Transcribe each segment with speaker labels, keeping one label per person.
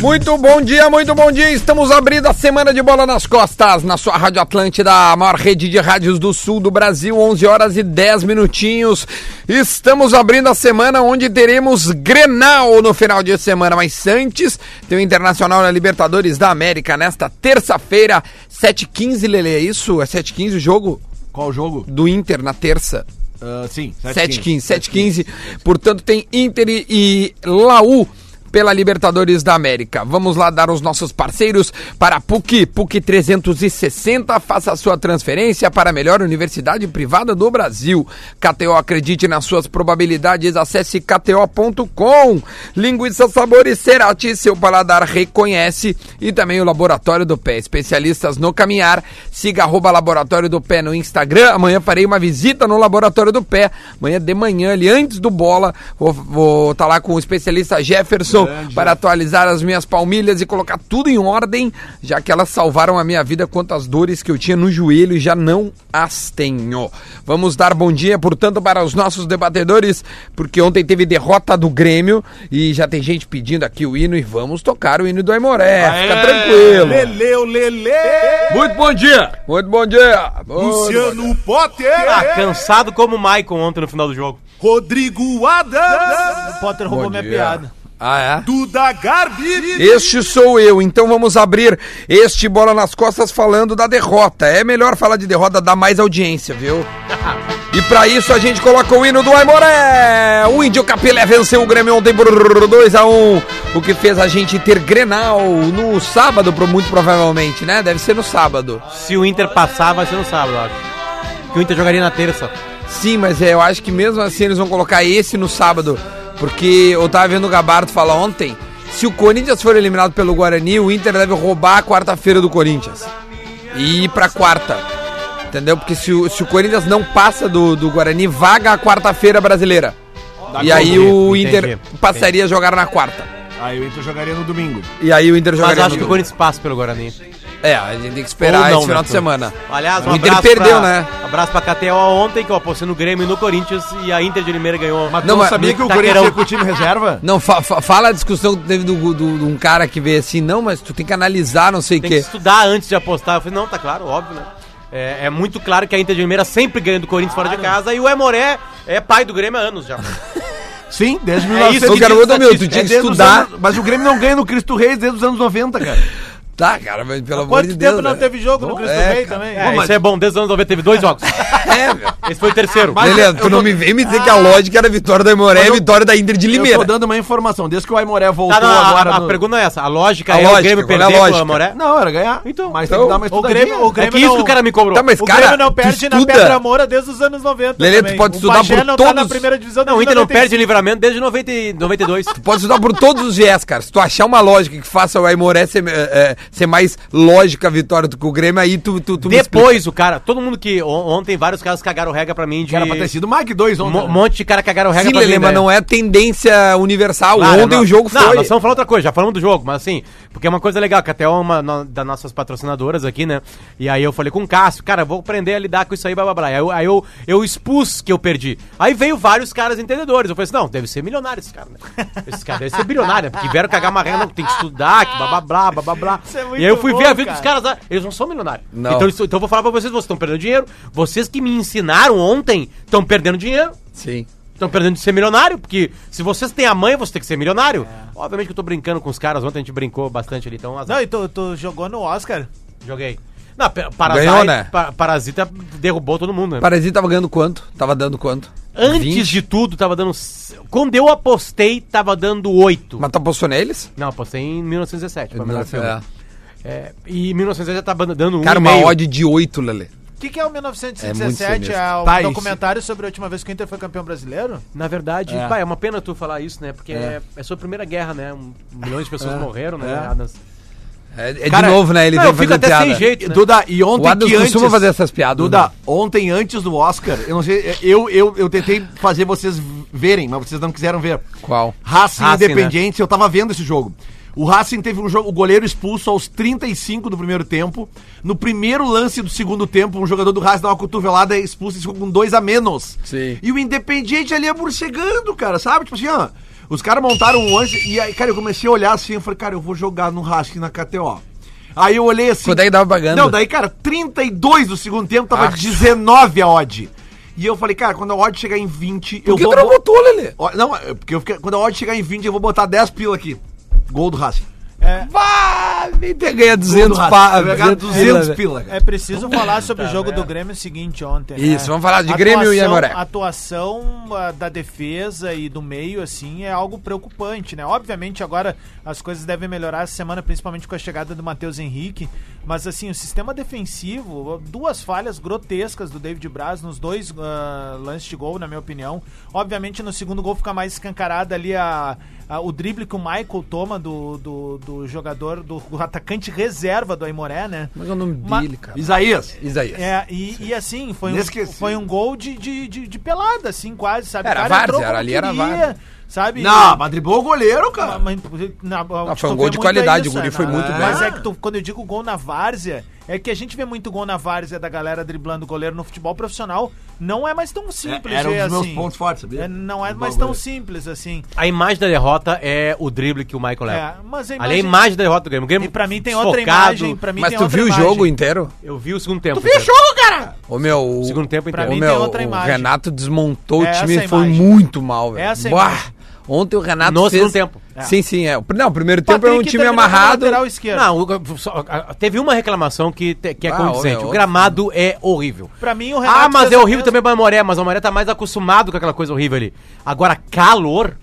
Speaker 1: Muito bom dia, muito bom dia. Estamos abrindo a semana de bola nas costas na sua Rádio Atlântida, a maior rede de rádios do sul do Brasil, 11 horas e 10 minutinhos. Estamos abrindo a semana onde teremos Grenal no final de semana, mas antes tem o Internacional na Libertadores da América nesta terça-feira, 7h15, Lele, é isso? É 7h15 o jogo
Speaker 2: Qual o jogo?
Speaker 1: do Inter na terça?
Speaker 2: Ah, sim,
Speaker 1: 7h15, 7h15. Portanto, tem Inter e- e Laú pela Libertadores da América. Vamos lá dar os nossos parceiros para a PUC, PUC 360, faça a sua transferência para a melhor universidade privada do Brasil. KTO, acredite nas suas probabilidades, acesse kto.com. Linguiça Sabores Cerati, seu paladar reconhece e também o Laboratório do Pé, especialistas no caminhar. Siga arroba Laboratório do Pé no Instagram. Amanhã farei uma visita no Laboratório do Pé. Amanhã de manhã, ali antes do bola, vou estar lá com o especialista Jefferson
Speaker 2: Grande.
Speaker 1: para atualizar as minhas palmilhas e colocar tudo em ordem, já que elas salvaram a minha vida quanto às dores que eu tinha no joelho e já não as tenho. Vamos dar bom dia, portanto, para os nossos debatedores, porque ontem teve derrota do Grêmio e já tem gente pedindo aqui o hino e vamos tocar o hino do Aimoré. Fica
Speaker 2: Aê!
Speaker 1: tranquilo.
Speaker 3: Leleu, Lele!
Speaker 2: Muito bom dia!
Speaker 1: Muito bom dia. Muito
Speaker 3: Luciano Potter!
Speaker 4: Ah, cansado como o Maicon ontem no final do jogo.
Speaker 3: Rodrigo Adams!
Speaker 5: Potter
Speaker 1: bom
Speaker 5: roubou minha
Speaker 1: dia.
Speaker 5: piada.
Speaker 1: Ah, é?
Speaker 3: Duda Garbi!
Speaker 1: Este sou eu, então vamos abrir este Bola nas Costas falando da derrota. É melhor falar de derrota, dá mais audiência, viu? E pra isso a gente coloca o hino do Aimoré. O Índio Capilé venceu o Grêmio ontem por 2x1, o que fez a gente ter Grenal no sábado, pro- muito provavelmente, né? Deve ser no sábado.
Speaker 4: Se o Inter passar, vai ser no sábado, eu acho. Que o Inter jogaria na terça.
Speaker 1: Sim, mas eu acho que mesmo assim eles vão colocar esse no sábado, porque eu tava vendo o Gabardo falar ontem, se o Corinthians for eliminado pelo Guarani, o Inter deve roubar a quarta-feira do Corinthians e ir pra quarta. Entendeu? Porque se o, se o Corinthians não passa do, do Guarani, vaga a quarta-feira brasileira. e aí o
Speaker 4: Entendi,
Speaker 1: Inter
Speaker 4: entendi.
Speaker 1: passaria a jogar na quarta.
Speaker 2: Aí o Inter Ah, então jogaria no domingo.
Speaker 1: E aí o Inter
Speaker 4: Mas
Speaker 1: jogaria
Speaker 4: acho que o
Speaker 1: no-
Speaker 4: Corinthians passa pelo Guarani.
Speaker 1: É, a gente tem que esperar
Speaker 4: Ou não,
Speaker 1: esse final
Speaker 4: né,
Speaker 1: de semana.
Speaker 4: Aliás,
Speaker 1: O
Speaker 4: um
Speaker 1: Inter
Speaker 4: abraço
Speaker 1: perdeu,
Speaker 4: pra,
Speaker 1: né?
Speaker 4: Abraço pra KTO ontem, que eu apostei no Grêmio e no Corinthians, e a Inter de Limeira ganhou.
Speaker 2: Mas
Speaker 1: Não,
Speaker 2: não,
Speaker 1: mas-
Speaker 2: sabia que o Corinthians
Speaker 4: Itaquerão.
Speaker 2: ia com o time reserva?
Speaker 1: Não, fa- fa- fala a discussão que teve do- do- de um cara que veio assim, não, mas tu tem que analisar não sei o
Speaker 4: Tem que
Speaker 1: quê.
Speaker 4: estudar antes de apostar. Eu falei, não, tá claro, óbvio, né? É, é muito claro que a Inter de Limeira sempre ganha do Corinthians fora de casa, e o Emoré é pai do Grêmio há anos já.
Speaker 2: Sim, desde
Speaker 4: É isso,
Speaker 2: 1900.
Speaker 1: Ô,
Speaker 4: que
Speaker 1: garoto,
Speaker 4: diz
Speaker 1: meu, tu
Speaker 4: estatística,
Speaker 1: tinha
Speaker 2: É
Speaker 1: que
Speaker 2: desde os
Speaker 1: estudar.
Speaker 2: anos- mas o Grêmio não ganha no Cristo Reis desde os anos 90, cara.
Speaker 1: Tá, cara, mas pelo amor
Speaker 5: Quanto
Speaker 1: de
Speaker 5: tempo
Speaker 1: Deus.
Speaker 5: não
Speaker 1: né?
Speaker 5: teve jogo no Cristo
Speaker 1: é,
Speaker 5: Rei
Speaker 1: cara.
Speaker 5: também?
Speaker 4: É, isso é bom, desde os anos 90 teve dois jogos.
Speaker 1: É, meu.
Speaker 4: Esse foi o terceiro.
Speaker 2: Mas
Speaker 1: Beleza,
Speaker 2: eu
Speaker 1: tu não
Speaker 2: tô-
Speaker 1: me vem me dizer que a lógica era vitória da Imoré e
Speaker 2: eu-
Speaker 1: vitória da Inter de
Speaker 2: Eu
Speaker 1: Limeira.
Speaker 2: tô dando uma informação. Desde que o Aimoré voltou
Speaker 4: Tá, não, a-
Speaker 2: agora.
Speaker 4: a, a
Speaker 2: no-
Speaker 4: pergunta não é essa. A lógica
Speaker 1: A
Speaker 4: é
Speaker 1: lógica,
Speaker 4: o Grêmio
Speaker 1: qual é a
Speaker 4: perder pro
Speaker 1: lógica?
Speaker 4: Amoré.
Speaker 2: Não, era ganhar.
Speaker 4: Então.
Speaker 2: mas tem
Speaker 1: Então,
Speaker 2: que dar uma
Speaker 5: O
Speaker 2: estudadinha.
Speaker 5: Grêmio, o
Speaker 4: É
Speaker 5: Grêmio
Speaker 4: que isso
Speaker 5: não-
Speaker 4: que o cara me cobrou.
Speaker 1: Tá, mas
Speaker 5: o
Speaker 1: cara,
Speaker 5: Grêmio não
Speaker 1: tu
Speaker 5: perde na
Speaker 1: estuda.
Speaker 5: Pedra Moura desde os anos 90
Speaker 1: Lelê, tu
Speaker 5: também.
Speaker 1: pode estudar
Speaker 5: o Bagé
Speaker 1: por
Speaker 5: não tá
Speaker 1: todos-
Speaker 5: na primeira divisão
Speaker 4: Não, o
Speaker 5: desde
Speaker 4: Inter não
Speaker 5: 95.
Speaker 4: perde livramento desde 90 e 92.
Speaker 1: Pode estudar por todos os viés, cara. Se tu achar uma lógica que faça o Aimoré ser, eh, eh, ser mais lógica a vitória do que o Grêmio, aí tu, tu, tu me explica.
Speaker 4: Depois, o cara, todo mundo que. on- Ontem vários caras cagaram regra pra mim de.
Speaker 2: Que era pra ter sido Mag 2 ontem.
Speaker 4: Um
Speaker 2: né?
Speaker 4: monte de cara cagaram regra
Speaker 1: Sim,
Speaker 4: pra mim.
Speaker 1: Lelê, mas
Speaker 4: né?
Speaker 1: não é tendência universal.
Speaker 4: Claro,
Speaker 1: Tá, Ontem
Speaker 4: não.
Speaker 1: o jogo
Speaker 4: Não,
Speaker 1: foi.
Speaker 4: nós vamos falar outra coisa, já falamos do jogo, mas assim, porque é uma coisa legal, que até é uma no- das nossas patrocinadoras aqui, né? E aí eu falei com o Cássio, cara, vou aprender a lidar com isso aí, blá blá blá. Aí eu, aí eu, eu expus que eu perdi. Aí veio vários caras entendedores. Eu falei assim, não, deve ser milionário esse cara, né? Esse cara deve ser bilionário, né? Porque vieram cagar uma regra, não, tem que estudar, que blá blá blá, blá blá blá.
Speaker 5: Isso é muito
Speaker 4: e aí eu fui ver a
Speaker 5: bom,
Speaker 4: vida dos
Speaker 5: cara.
Speaker 4: caras lá, eles não são milionários.
Speaker 1: Não.
Speaker 4: Então, eles- então eu vou falar pra vocês, vocês estão perdendo dinheiro, vocês que me ensinaram ontem estão perdendo dinheiro.
Speaker 1: Sim.
Speaker 4: Estão perdendo de ser milionário, porque se vocês têm a mãe, você tem que ser milionário.
Speaker 1: É.
Speaker 4: Obviamente que eu tô brincando com os caras, ontem a gente brincou bastante ali, então azar.
Speaker 5: Não, e tu, tu jogou no Oscar?
Speaker 4: Joguei. Não, pa- Parasite-
Speaker 1: Ganhou, né?
Speaker 4: Pa- Parasita derrubou todo mundo, né?
Speaker 1: Parasita tava ganhando quanto? Tava dando quanto?
Speaker 4: Antes
Speaker 1: 20?
Speaker 4: de tudo, tava dando. c- Quando eu apostei, tava dando 8.
Speaker 1: Mas tu apostou neles?
Speaker 4: Não, apostei em 1917, foi o melhor filme.
Speaker 1: É.
Speaker 4: É, e 1917 já tá ban- dando 1,5.
Speaker 1: Cara, uma odd de 8, Lelê.
Speaker 5: O que, que é o
Speaker 1: É muito
Speaker 5: 1917?
Speaker 1: sinistro.
Speaker 5: É, o
Speaker 2: Tá, isso-
Speaker 5: documentário sobre a última vez que o Inter foi campeão brasileiro?
Speaker 4: Na verdade,
Speaker 2: É.
Speaker 4: pá, é. uma pena tu falar isso, né? Porque é, é sobre a Primeira Guerra, né? Um- milhões de pessoas
Speaker 2: É.
Speaker 4: morreram, né?
Speaker 2: É.
Speaker 4: Adams?
Speaker 1: É, é
Speaker 2: Cara,
Speaker 1: de novo, né? Ele
Speaker 4: Não,
Speaker 1: vem
Speaker 4: eu fico
Speaker 1: fazendo
Speaker 4: até
Speaker 1: piada.
Speaker 4: sem jeito. Né?
Speaker 2: Duda, e ontem
Speaker 1: O Adams
Speaker 2: que antes...
Speaker 1: costuma fazer essas piadas.
Speaker 2: Duda,
Speaker 1: né?
Speaker 2: ontem antes do Oscar, eu não sei, eu, eu, eu tentei fazer vocês verem, mas vocês não quiseram ver.
Speaker 1: Qual?
Speaker 2: Racing,
Speaker 1: né?
Speaker 4: Racing,
Speaker 2: Independente, eu tava vendo esse jogo. O Racing teve um jogo, o goleiro expulso aos 35 do primeiro tempo. No primeiro lance do segundo tempo, um jogador do Racing dá uma cotovelada é e expulso e ficou com dois a menos.
Speaker 1: Sim.
Speaker 2: E o Independiente ali é morcegando, cara, sabe? Tipo assim, ó. Os caras montaram um anjo e aí, cara, eu comecei a olhar assim, eu falei, cara, eu vou jogar no Racing na KTO. Aí eu olhei assim.
Speaker 1: Quando é que tava pagando?
Speaker 2: Não, daí, cara, 32 do segundo tempo
Speaker 1: Ah.
Speaker 2: tava 19 a odd. E eu falei, cara, quando a odd chegar em 20, eu
Speaker 1: Por que
Speaker 2: vou.
Speaker 1: tu não botou, Lelê?
Speaker 2: Ó, Não, é porque eu fiquei- quando a odd chegar em 20, eu vou botar 10 pila aqui. Gol do Racing.
Speaker 1: Vá, me ter- ganha 200
Speaker 2: Racing.
Speaker 1: pa,
Speaker 2: Vai ganhar 200
Speaker 1: pila.
Speaker 2: pila.
Speaker 5: É preciso falar sobre o jogo do Grêmio seguinte ontem. né?
Speaker 1: Isso, vamos falar de Grêmio e Aimoré.
Speaker 5: Atuação ah, da defesa e do meio, assim, é algo preocupante, né? Obviamente agora as coisas devem melhorar essa semana, principalmente com a chegada do Matheus Henrique. Mas assim, o sistema defensivo, duas falhas grotescas do David Braz nos dois ah, lances de gol, na minha opinião. Obviamente no segundo gol fica mais escancarada ali a, a- o drible que o Michael toma do, do, do jogador, do, do atacante reserva do Aimoré, né?
Speaker 1: Como é que é o nome
Speaker 5: Ma-
Speaker 1: dele, cara?
Speaker 2: Isaías.
Speaker 1: Isaías.
Speaker 5: É, e, e assim, foi um,
Speaker 2: Inesquecível.
Speaker 5: foi um gol de, de, de, de pelada, assim, quase, sabe?
Speaker 1: Era
Speaker 5: O
Speaker 1: várzea,
Speaker 5: entrou
Speaker 1: era
Speaker 5: como
Speaker 1: ali, era
Speaker 5: queria,
Speaker 1: várzea.
Speaker 5: Sabe?
Speaker 2: Não, mas driblou o goleiro, cara.
Speaker 5: Mas- mas- na- o que
Speaker 1: foi um
Speaker 5: tu
Speaker 1: gol
Speaker 5: vê
Speaker 1: de
Speaker 5: muito
Speaker 1: qualidade,
Speaker 5: isso,
Speaker 1: o guri
Speaker 5: é,
Speaker 1: foi
Speaker 5: na-
Speaker 1: muito
Speaker 5: Mas
Speaker 1: bem.
Speaker 5: é que tu- quando eu digo gol na várzea, é que a gente vê muito gol na várzea da galera driblando o goleiro no futebol profissional. Não é mais tão simples,
Speaker 2: era um
Speaker 5: ver
Speaker 2: dos meus
Speaker 5: assim.
Speaker 2: pontos fortes, sabia?
Speaker 5: É, não é
Speaker 2: Driblar
Speaker 5: mais
Speaker 2: o
Speaker 5: tão
Speaker 2: goleiro.
Speaker 5: simples assim.
Speaker 4: A imagem da derrota é o drible que o Michael
Speaker 5: É,
Speaker 4: leva.
Speaker 5: mas a
Speaker 4: Ali é a
Speaker 5: imagem-
Speaker 4: imagem da derrota do Grêmio. O Grêmio
Speaker 5: E pra mim tem outra
Speaker 4: sufocado.
Speaker 5: imagem. Pra mim
Speaker 1: Mas
Speaker 5: tem
Speaker 1: tu
Speaker 5: outra
Speaker 1: viu o
Speaker 5: imagem.
Speaker 1: jogo inteiro?
Speaker 4: Eu vi o segundo tempo.
Speaker 2: Fechou,
Speaker 4: inteiro.
Speaker 2: cara!
Speaker 1: Ô meu, o,
Speaker 4: Segundo tempo
Speaker 5: Pra
Speaker 4: inteiro.
Speaker 1: Ô,
Speaker 5: mim
Speaker 1: meu,
Speaker 5: tem outra
Speaker 1: o
Speaker 5: imagem.
Speaker 1: Renato desmontou
Speaker 5: É
Speaker 1: o
Speaker 5: essa
Speaker 1: time e foi
Speaker 5: imagem.
Speaker 1: muito mal, velho.
Speaker 5: Essa
Speaker 1: Bah!
Speaker 5: imagem.
Speaker 1: Ontem o Renato
Speaker 4: No
Speaker 1: fez...
Speaker 4: segundo tempo.
Speaker 5: É.
Speaker 1: Sim, sim, é. O- Não, o primeiro tempo
Speaker 5: Patrick
Speaker 1: é um time
Speaker 5: terminou na
Speaker 1: amarrado.
Speaker 5: lateral esquerda.
Speaker 4: Não, o- só- a- teve uma reclamação que, te- que é
Speaker 1: Ah, olha,
Speaker 4: condizente. O
Speaker 1: outro-
Speaker 4: gramado é horrível.
Speaker 5: Pra mim o Renato
Speaker 4: Ah, mas
Speaker 5: fez
Speaker 4: é
Speaker 5: a
Speaker 4: horrível
Speaker 5: mesma-
Speaker 4: também pra Moré, mas o Moré tá mais acostumado com aquela coisa horrível ali. Agora, calor.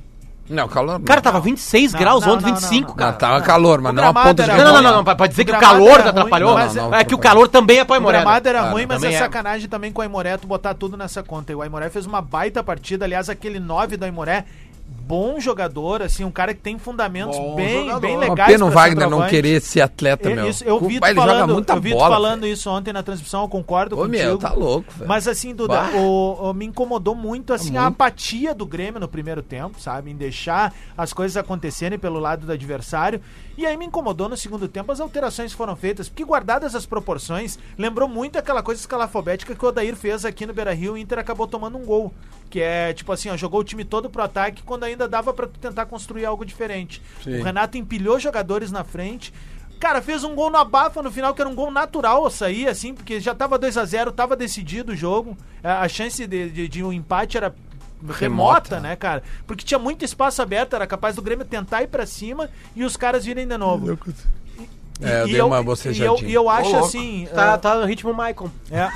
Speaker 1: Não, calor. não.
Speaker 4: Cara, tava 26
Speaker 5: Não,
Speaker 4: graus
Speaker 5: não,
Speaker 4: ontem,
Speaker 5: não,
Speaker 4: 25,
Speaker 5: não,
Speaker 1: Não, tá
Speaker 4: cara.
Speaker 1: tava calor, mas
Speaker 5: O
Speaker 1: não a
Speaker 5: gramado
Speaker 1: ponta de
Speaker 5: era
Speaker 4: Não, não, não,
Speaker 5: Não,
Speaker 4: não, pra pra dizer
Speaker 5: o
Speaker 4: que o
Speaker 5: gramado
Speaker 4: calor
Speaker 5: era ruim,
Speaker 4: atrapalhou.
Speaker 5: mas
Speaker 4: Não, não,
Speaker 1: é-
Speaker 4: é que o calor também é pra
Speaker 5: O
Speaker 1: né?
Speaker 4: Moré.
Speaker 5: gramado era ruim, mas é
Speaker 4: também é.
Speaker 5: sacanagem também com o Aimoré tu botar tudo nessa conta. E o Aimoré fez uma baita partida, aliás, aquele 9 do Aimoré, bom jogador, assim, um cara que tem fundamentos
Speaker 2: Bom
Speaker 5: bem,
Speaker 2: jogador.
Speaker 5: bem
Speaker 2: Uma
Speaker 1: Uma
Speaker 5: legais
Speaker 1: pena o
Speaker 5: pra
Speaker 1: Wagner não
Speaker 5: centroavante.
Speaker 1: querer ser atleta,
Speaker 5: Eu,
Speaker 1: meu.
Speaker 5: É, isso, eu
Speaker 1: Mas
Speaker 5: vi tu
Speaker 1: ele joga
Speaker 5: falando,
Speaker 1: muita
Speaker 5: eu vi tu
Speaker 1: bola.
Speaker 5: falando
Speaker 1: velho.
Speaker 5: isso ontem na transmissão, eu concordo
Speaker 1: Ô,
Speaker 5: contigo.
Speaker 1: meu, tá louco, velho.
Speaker 5: Mas assim, Duda,
Speaker 1: Bah. Tá
Speaker 5: o, o- me incomodou muito assim, a
Speaker 1: muito.
Speaker 5: apatia do Grêmio no primeiro tempo, sabe? Em deixar as coisas acontecerem pelo lado do adversário. E aí me incomodou no segundo tempo as alterações que foram feitas, porque guardadas as proporções, lembrou muito aquela coisa escalafobética que o Odair fez aqui no Beira-Rio, o Inter acabou tomando um gol. Que é tipo assim, ó, jogou o time todo pro ataque quando ainda dava pra tu tentar construir algo diferente.
Speaker 1: Sim.
Speaker 5: O Renato empilhou jogadores na frente. Cara, fez um gol no abafa no final, que era um gol natural a sair, assim, porque já tava 2 a 0 tava decidido o jogo. É, A a chance de, de- de um empate era remota,
Speaker 1: Remota.
Speaker 5: né, cara? Porque tinha muito espaço aberto, era capaz do Grêmio tentar ir pra cima e os caras virem de novo. E-
Speaker 1: É, eu
Speaker 5: e
Speaker 1: dei uma
Speaker 5: e eu,
Speaker 1: bocejadinha.
Speaker 5: e eu acho
Speaker 2: louco.
Speaker 5: assim.
Speaker 4: Tá,
Speaker 5: eh,
Speaker 4: tá no ritmo Michael.
Speaker 5: é,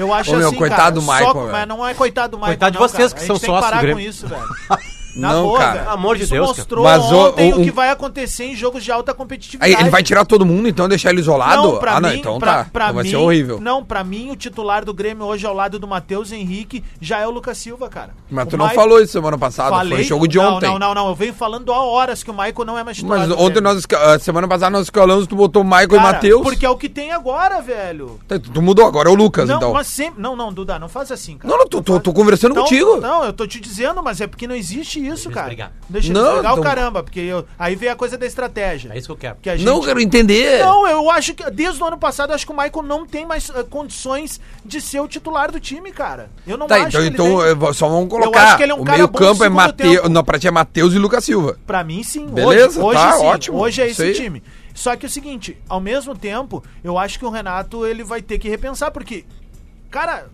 Speaker 5: eu acho
Speaker 1: Ô, meu,
Speaker 5: assim,
Speaker 1: coitado do
Speaker 5: cara,
Speaker 1: Michael,
Speaker 5: só-
Speaker 1: velho.
Speaker 5: mas não é coitado do Michael.
Speaker 4: Coitado de
Speaker 5: não,
Speaker 4: vocês
Speaker 5: cara.
Speaker 4: que
Speaker 5: A
Speaker 4: são
Speaker 5: gente tem que
Speaker 4: sócios do
Speaker 5: parar com
Speaker 4: Grêmio.
Speaker 5: isso, velho.
Speaker 1: Não,
Speaker 4: Pelo
Speaker 5: velho.
Speaker 1: cara.
Speaker 4: amor de
Speaker 5: Isso
Speaker 4: Deus, cara.
Speaker 5: mostrou
Speaker 1: Mas o-
Speaker 5: ontem o,
Speaker 1: o-
Speaker 5: que vai acontecer em jogos de alta competitividade.
Speaker 1: Aí ele vai tirar todo mundo, então deixar ele isolado?
Speaker 5: Não, pra
Speaker 1: ah, não,
Speaker 5: mim,
Speaker 1: então
Speaker 5: pra,
Speaker 1: tá.
Speaker 5: pra
Speaker 1: Então vai
Speaker 5: mim,
Speaker 1: ser horrível.
Speaker 5: Não, pra mim, o titular do Grêmio hoje ao lado do Matheus Henrique já é o Lucas Silva, cara.
Speaker 1: Mas
Speaker 5: O
Speaker 1: tu não
Speaker 5: Maicon-
Speaker 1: falou isso semana passada,
Speaker 5: Falei,
Speaker 1: foi jogo de
Speaker 5: não,
Speaker 1: ontem.
Speaker 5: Não, não, não. Eu venho falando há horas que o Maicon não é mais titular.
Speaker 1: Mas
Speaker 5: do
Speaker 1: ontem
Speaker 5: Grêmio.
Speaker 1: nós, esca- ah, semana passada nós escalamos, tu botou o Michael e
Speaker 5: Cara,
Speaker 1: Matheus.
Speaker 5: Porque é o que tem agora, velho.
Speaker 1: Tá, Tu mudou agora, é o Lucas,
Speaker 5: Não,
Speaker 1: então.
Speaker 5: mas sempre. Não, não, Duda, não faz assim, cara.
Speaker 1: Não, não, tô, tô- tô conversando
Speaker 5: Então,
Speaker 1: contigo.
Speaker 5: Não, eu tô te dizendo, mas é porque não existe isso,
Speaker 4: eles
Speaker 5: cara.
Speaker 4: brigar.
Speaker 5: Deixa eles
Speaker 1: Não,
Speaker 5: brigar o
Speaker 1: então-
Speaker 5: caramba, porque eu- aí vem a coisa da estratégia.
Speaker 4: É isso que eu quero.
Speaker 5: que a gente
Speaker 1: Não, quero entender.
Speaker 5: Não, eu acho que desde o ano passado eu acho que o Michael não tem mais eh, condições de ser o titular do time, cara. Eu não
Speaker 1: tá,
Speaker 5: acho
Speaker 1: então,
Speaker 5: que ele
Speaker 1: então
Speaker 5: tem.
Speaker 1: eu vou- só vamos colocar.
Speaker 5: acho que ele é um
Speaker 1: o
Speaker 5: cara
Speaker 1: meio
Speaker 5: bom
Speaker 1: campo é
Speaker 5: no segundo
Speaker 1: Matheus.
Speaker 5: tempo.
Speaker 1: Não, pra ti é Matheus e Lucas Silva.
Speaker 5: Pra mim, sim.
Speaker 1: Beleza,
Speaker 5: hoje,
Speaker 1: tá,
Speaker 5: hoje, sim.
Speaker 1: ótimo.
Speaker 5: Hoje é
Speaker 1: Isso
Speaker 5: esse
Speaker 1: aí.
Speaker 5: time. Só que é o seguinte, ao mesmo tempo, eu acho que o Renato ele vai ter que repensar, porque, cara,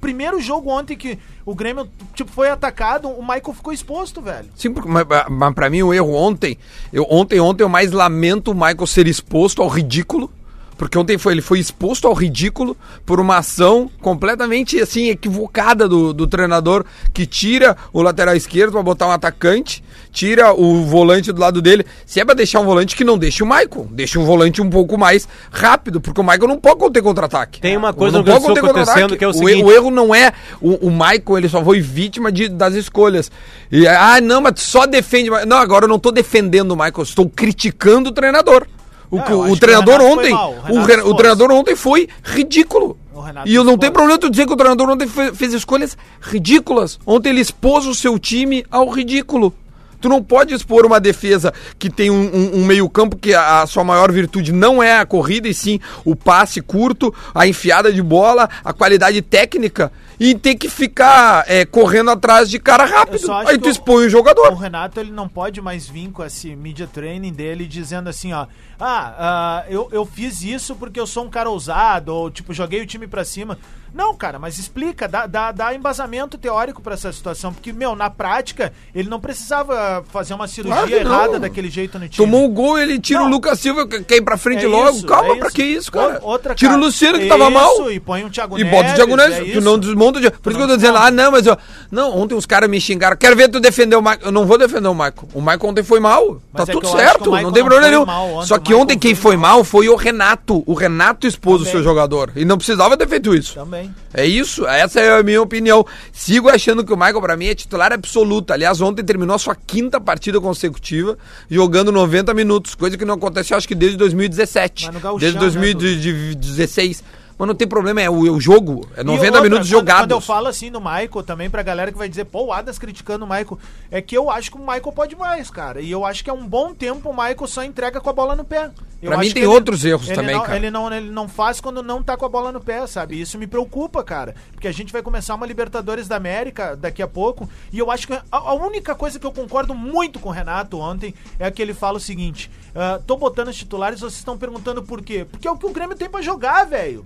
Speaker 5: primeiro jogo ontem que o Grêmio tipo, foi atacado, o Michael ficou exposto, velho.
Speaker 1: Sim, porque, mas, mas pra mim o erro ontem. Eu, ontem, ontem eu mais lamento o Michael ser exposto ao ridículo. Porque ontem foi, ele foi exposto ao ridículo por uma ação completamente assim equivocada do, do treinador que tira o lateral esquerdo pra botar um atacante, tira o volante do lado dele. Se é pra deixar um volante que não deixe o Michael, deixa um volante um pouco mais rápido, porque o Michael não pode conter contra-ataque.
Speaker 4: Tem uma
Speaker 1: Não
Speaker 4: coisa no
Speaker 1: pode
Speaker 4: Rio Grande do Sul
Speaker 1: conter contra-ataque.
Speaker 4: acontecendo que é o
Speaker 1: e-
Speaker 4: seguinte.
Speaker 1: o erro não é. O, o Michael, ele só foi vítima de, das escolhas. E, ah, não, mas só defende. Não, agora eu não tô defendendo o Michael, estou criticando o treinador. O,
Speaker 5: Não,
Speaker 1: que-
Speaker 5: eu
Speaker 1: o
Speaker 5: acho que o
Speaker 1: treinador
Speaker 5: Renato foi
Speaker 1: ontem.
Speaker 5: mal, o
Speaker 1: o,
Speaker 5: Renato
Speaker 1: Re- o
Speaker 5: expôs.
Speaker 1: treinador ontem foi ridículo.
Speaker 5: O Renato
Speaker 1: E eu não
Speaker 5: expôs.
Speaker 1: tenho problema tu dizer que o treinador ontem fe- fez escolhas ridículas. Ontem ele expôs o seu time ao ridículo. Tu não pode expor uma defesa que tem um, meio-campo que a, a sua maior virtude não é a corrida, e sim o passe curto, a enfiada de bola, a qualidade técnica. e ter que ficar é, correndo atrás de cara
Speaker 5: Eu
Speaker 1: rápido.
Speaker 5: só acho
Speaker 1: Aí
Speaker 5: que
Speaker 1: tu
Speaker 5: o-
Speaker 1: expõe o
Speaker 5: O
Speaker 1: jogador.
Speaker 5: Renato ele não pode mais vir com esse media training dele dizendo assim, ó, ah, ah, eu, eu fiz isso porque eu sou um cara ousado, ou tipo, joguei o time pra cima. Não, cara, mas explica, dá, dá, dá embasamento teórico pra essa situação, porque, meu, na prática, ele não precisava fazer uma cirurgia
Speaker 1: Claro que não.
Speaker 5: errada daquele jeito no time.
Speaker 1: Tomou um gol, ele tira
Speaker 5: Não.
Speaker 1: o Lucas Silva, que quer ir pra frente
Speaker 5: É
Speaker 1: logo.
Speaker 5: isso,
Speaker 1: Calma,
Speaker 5: é
Speaker 1: pra
Speaker 5: isso.
Speaker 1: que isso, cara?
Speaker 5: O- outra
Speaker 1: tira o
Speaker 5: cara.
Speaker 1: Luciano, que tava mal.
Speaker 5: Isso, e põe um Thiago
Speaker 1: E bota o Thiago Neves,
Speaker 5: é
Speaker 1: tu
Speaker 5: isso.
Speaker 1: não desmonta o Thiago. Por isso que eu tô dizendo, ah, não, mas eu. Não, ontem os caras me xingaram. Quero ver tu defender o Maicon. Eu não vou defender o Maicon. O Maicon ontem foi mal.
Speaker 5: Mas
Speaker 1: tá
Speaker 5: é que
Speaker 1: tudo
Speaker 5: eu acho que o
Speaker 1: certo,
Speaker 5: Maicon
Speaker 1: não tem
Speaker 5: não
Speaker 1: problema
Speaker 5: foi
Speaker 1: nenhum.
Speaker 5: mal ontem,
Speaker 1: Só
Speaker 5: o
Speaker 1: que
Speaker 5: Maicon
Speaker 1: ontem quem
Speaker 5: foi Tá
Speaker 1: foi mal foi o Renato. O Renato expôs o seu jogador. E não precisava ter feito isso.
Speaker 5: Também.
Speaker 1: É isso, essa é a minha opinião. Sigo achando que o Michael, pra mim, é titular absoluto. Aliás, ontem terminou a sua quinta partida consecutiva, jogando 90 minutos, coisa que não acontece, acho que desde 2017.
Speaker 5: Mas no Gauchão,
Speaker 1: desde
Speaker 5: né,
Speaker 1: 2016. Mas não tem problema, é o, é o jogo. É
Speaker 5: E
Speaker 1: 90
Speaker 5: outra,
Speaker 1: minutos
Speaker 5: quando-
Speaker 1: jogados.
Speaker 5: Quando eu falo assim do Michael também, pra galera que vai dizer, pô, o Adas criticando o Michael, é que eu acho que o Michael pode mais, cara. E eu acho que é um bom tempo o Michael só entrega com a bola no pé. Eu
Speaker 1: Pra mim
Speaker 5: acho
Speaker 1: tem
Speaker 5: que
Speaker 1: outros erros
Speaker 5: ele
Speaker 1: também,
Speaker 5: não-
Speaker 1: cara.
Speaker 5: Ele não, ele não faz quando não tá com a bola no pé, sabe? Isso me preocupa, cara. Porque a gente vai começar uma Libertadores da América daqui a pouco. E eu acho que a, a única coisa que eu concordo muito com o Renato ontem é que ele fala o seguinte: ah, tô botando os titulares, vocês estão perguntando por quê? Porque é o que o Grêmio tem pra jogar, velho.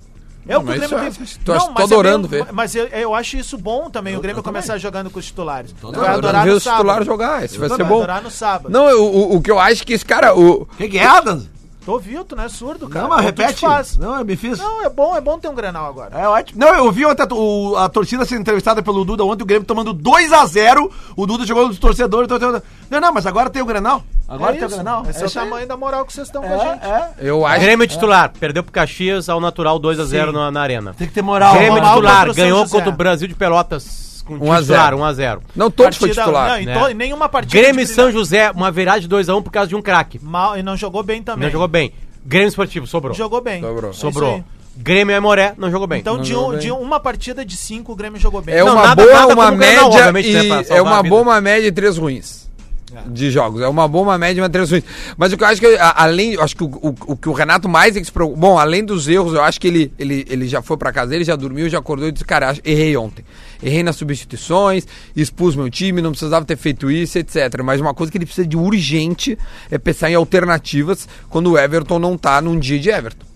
Speaker 5: É o que o
Speaker 1: mas
Speaker 5: Grêmio
Speaker 1: isso é-
Speaker 5: tem.
Speaker 1: tô- tô
Speaker 5: mas é
Speaker 1: adorando
Speaker 5: meio-
Speaker 1: ver.
Speaker 5: Mas eu, eu acho isso bom também, o Grêmio começar jogando com os titulares. Tu
Speaker 1: Não, eu não vi os titulares jogar, isso vai
Speaker 5: Tu
Speaker 1: ser bom.
Speaker 5: adorar no sábado.
Speaker 1: Não, eu- o, o que eu acho é que esse cara. O,
Speaker 2: O que, que é, Adams?
Speaker 5: Tu ouviu, tu não é surdo, cara.
Speaker 2: Não, mas
Speaker 5: É o que
Speaker 2: repete.
Speaker 5: tu faz.
Speaker 2: Não, eu me fiz.
Speaker 5: Não, é bom, é bom ter um Grenal agora.
Speaker 2: É ótimo. Não, eu ouvi ontem a, o- a torcida sendo entrevistada pelo Duda ontem, o Grêmio tomando 2x0. O Duda chegou nos torcedores. então- então- Não, não, mas agora tem o Grenal. Agora
Speaker 5: é
Speaker 2: tem
Speaker 5: isso.
Speaker 2: o Grenal.
Speaker 5: Esse é, o
Speaker 2: isso aí.
Speaker 5: tamanho da moral que vocês estão com a gente.
Speaker 2: É, é.
Speaker 1: eu acho.
Speaker 4: Grêmio titular, perdeu pro Caxias ao natural 2x0 na, na arena.
Speaker 2: Tem que ter moral.
Speaker 4: Grêmio
Speaker 5: moral
Speaker 4: titular,
Speaker 5: contra o São
Speaker 4: ganhou
Speaker 5: José.
Speaker 4: contra o Brasil de Pelotas com
Speaker 1: 1 a 0.
Speaker 4: titular 1x0.
Speaker 1: Não, todos foi
Speaker 5: Partida- Não,
Speaker 1: titular.
Speaker 5: e
Speaker 4: né?
Speaker 5: to- e nenhuma partida.
Speaker 4: um Grêmio e
Speaker 5: de
Speaker 4: São José, uma viragem 2x1 por causa de um craque.
Speaker 5: Mal, e não jogou bem também.
Speaker 4: Não jogou bem. Grêmio Esportivo, sobrou.
Speaker 5: Jogou bem.
Speaker 1: Sobrou.
Speaker 5: É isso
Speaker 4: Sobrou.
Speaker 5: aí.
Speaker 4: Grêmio e Moré, não jogou bem.
Speaker 5: Então, de,
Speaker 1: jogou
Speaker 5: um-
Speaker 1: bem.
Speaker 5: de uma partida de cinco, o Grêmio jogou bem.
Speaker 1: É
Speaker 4: Não,
Speaker 1: uma
Speaker 4: nada-
Speaker 1: boa,
Speaker 4: nada
Speaker 1: uma
Speaker 4: como Grenal,
Speaker 1: média
Speaker 4: obviamente, né, pra
Speaker 1: e
Speaker 4: salvar
Speaker 1: é
Speaker 4: a
Speaker 1: uma
Speaker 4: vida.
Speaker 1: boa, uma média e três ruins de jogos. É uma boa, uma média e uma três ruins. Mas o que eu acho que a- além, eu acho que o, o- o que o Renato mais tem que se preocupar, bom, além dos erros, eu acho que ele, ele, ele já foi pra casa dele, já dormiu, já acordou e disse, cara, acho- errei ontem. Errei nas substituições, expus meu time, não precisava ter feito isso, etc. Mas uma coisa que ele precisa de urgente é pensar em alternativas quando o Everton não tá num dia de Everton.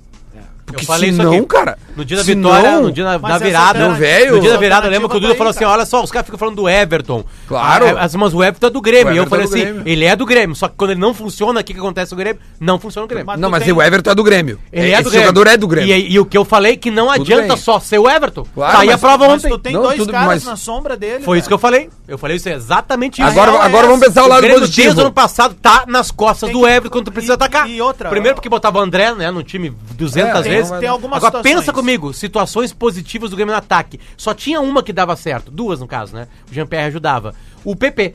Speaker 1: Porque
Speaker 4: É. Eu falei isso
Speaker 1: senão,
Speaker 4: aqui.
Speaker 1: cara,
Speaker 4: No dia da
Speaker 1: senão-
Speaker 4: vitória, no dia da,
Speaker 5: Mas
Speaker 4: da
Speaker 5: essa
Speaker 4: virada.
Speaker 1: alternativa- velho.
Speaker 4: No dia da virada, eu lembro que o Duda
Speaker 5: alternativa
Speaker 4: falou
Speaker 5: tá
Speaker 4: assim:
Speaker 5: aí,
Speaker 4: olha só, os caras ficam falando do Everton.
Speaker 1: Claro.
Speaker 4: Ah, As, mas o Everton é do
Speaker 1: O
Speaker 4: Grêmio. E eu
Speaker 1: Everton
Speaker 4: falei
Speaker 1: é do
Speaker 4: assim:
Speaker 1: Grêmio.
Speaker 4: ele é do Grêmio. Só que quando ele não funciona, o que, que acontece no Grêmio? Não funciona o Grêmio.
Speaker 5: Mas
Speaker 1: Não,
Speaker 5: Ah, tu
Speaker 1: mas
Speaker 5: tem-
Speaker 1: o Everton é do Grêmio.
Speaker 4: ele é do
Speaker 1: Esse
Speaker 4: Grêmio.
Speaker 1: jogador é do Grêmio.
Speaker 4: E, e o que eu falei que não adianta
Speaker 1: bem.
Speaker 4: só ser o Everton.
Speaker 1: Claro,
Speaker 4: tá aí a
Speaker 1: mas-
Speaker 4: prova
Speaker 5: Mas
Speaker 4: ontem.
Speaker 5: tu tem
Speaker 1: Não,
Speaker 5: dois
Speaker 1: tudo,
Speaker 5: caras
Speaker 1: mas-
Speaker 5: na sombra dele.
Speaker 4: Foi isso que
Speaker 5: cara.
Speaker 4: eu falei. Eu falei isso, é exatamente isso.
Speaker 1: Agora,
Speaker 5: A real é
Speaker 1: agora vamos
Speaker 5: essa.
Speaker 1: pensar o
Speaker 4: o
Speaker 1: lado
Speaker 4: Grêmio
Speaker 1: positivo.
Speaker 4: desde o ano passado tá nas costas
Speaker 5: Tem
Speaker 4: do
Speaker 5: que-
Speaker 4: Everton quando tu precisa
Speaker 5: e-
Speaker 4: atacar.
Speaker 5: e outra-
Speaker 4: Primeiro porque botava o André, né, no time 200
Speaker 1: É,
Speaker 4: vezes.
Speaker 1: tem-
Speaker 5: tem algumas
Speaker 4: Agora
Speaker 5: situações.
Speaker 4: pensa comigo, situações positivas do Grêmio no ataque. Só tinha uma que dava certo, duas no caso, né? O Jean-Pierre ajudava. O PP.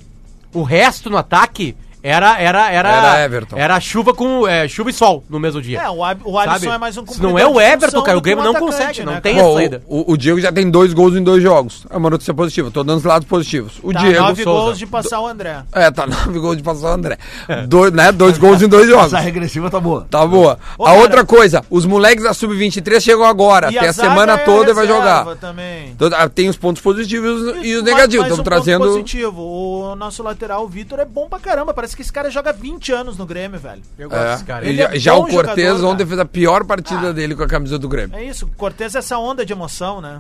Speaker 4: O resto no ataque era era era
Speaker 1: Era Everton.
Speaker 4: era chuva com é, chuva e sol no mesmo dia.
Speaker 5: É, o, Ab- o Alisson
Speaker 4: Sabe?
Speaker 5: é mais um
Speaker 4: Se não é o
Speaker 5: cumpridor de
Speaker 4: Everton,
Speaker 5: função
Speaker 4: cara, o
Speaker 5: do
Speaker 4: Grêmio
Speaker 5: que um
Speaker 4: não
Speaker 5: atacante,
Speaker 4: consegue, não
Speaker 5: né,
Speaker 4: tem
Speaker 5: cara?
Speaker 4: essa
Speaker 1: Bom,
Speaker 4: saída.
Speaker 1: O, o Diego já tem dois gols em dois jogos. É uma notícia positiva. Tô dando os lados positivos. O
Speaker 5: Tá,
Speaker 1: Diego.
Speaker 5: nove
Speaker 4: Souza.
Speaker 5: gols de passar o André.
Speaker 1: É, tá nove gols de passar o André.
Speaker 5: É.
Speaker 1: Dois, né, dois gols em dois jogos.
Speaker 2: Essa regressiva tá boa.
Speaker 1: Tá boa.
Speaker 5: Ô,
Speaker 1: a
Speaker 5: cara.
Speaker 1: outra coisa, os moleques da Sub-23 chegam agora. tem
Speaker 5: E
Speaker 1: a
Speaker 5: zaga
Speaker 1: semana
Speaker 5: é
Speaker 1: toda e vai
Speaker 5: reserva
Speaker 1: jogar.
Speaker 5: Também.
Speaker 1: Então, ah, Tem os pontos positivos e os,
Speaker 5: Mas-
Speaker 1: negativos.
Speaker 5: mas
Speaker 1: Estamos
Speaker 5: um ponto
Speaker 1: trazendo.
Speaker 5: positivo. O nosso lateral, o Vitor, é bom pra caramba. Parece que esse cara joga 20 anos no Grêmio, velho.
Speaker 4: Eu
Speaker 1: É.
Speaker 4: desse cara.
Speaker 1: E
Speaker 5: Ele
Speaker 1: já
Speaker 5: é
Speaker 1: já
Speaker 5: bom
Speaker 1: o Cortez
Speaker 5: jogador,
Speaker 1: ontem
Speaker 5: cara. Ah.
Speaker 1: fez a pior partida dele com a camisa do Grêmio.
Speaker 5: É isso, Cortez é essa onda de emoção, né?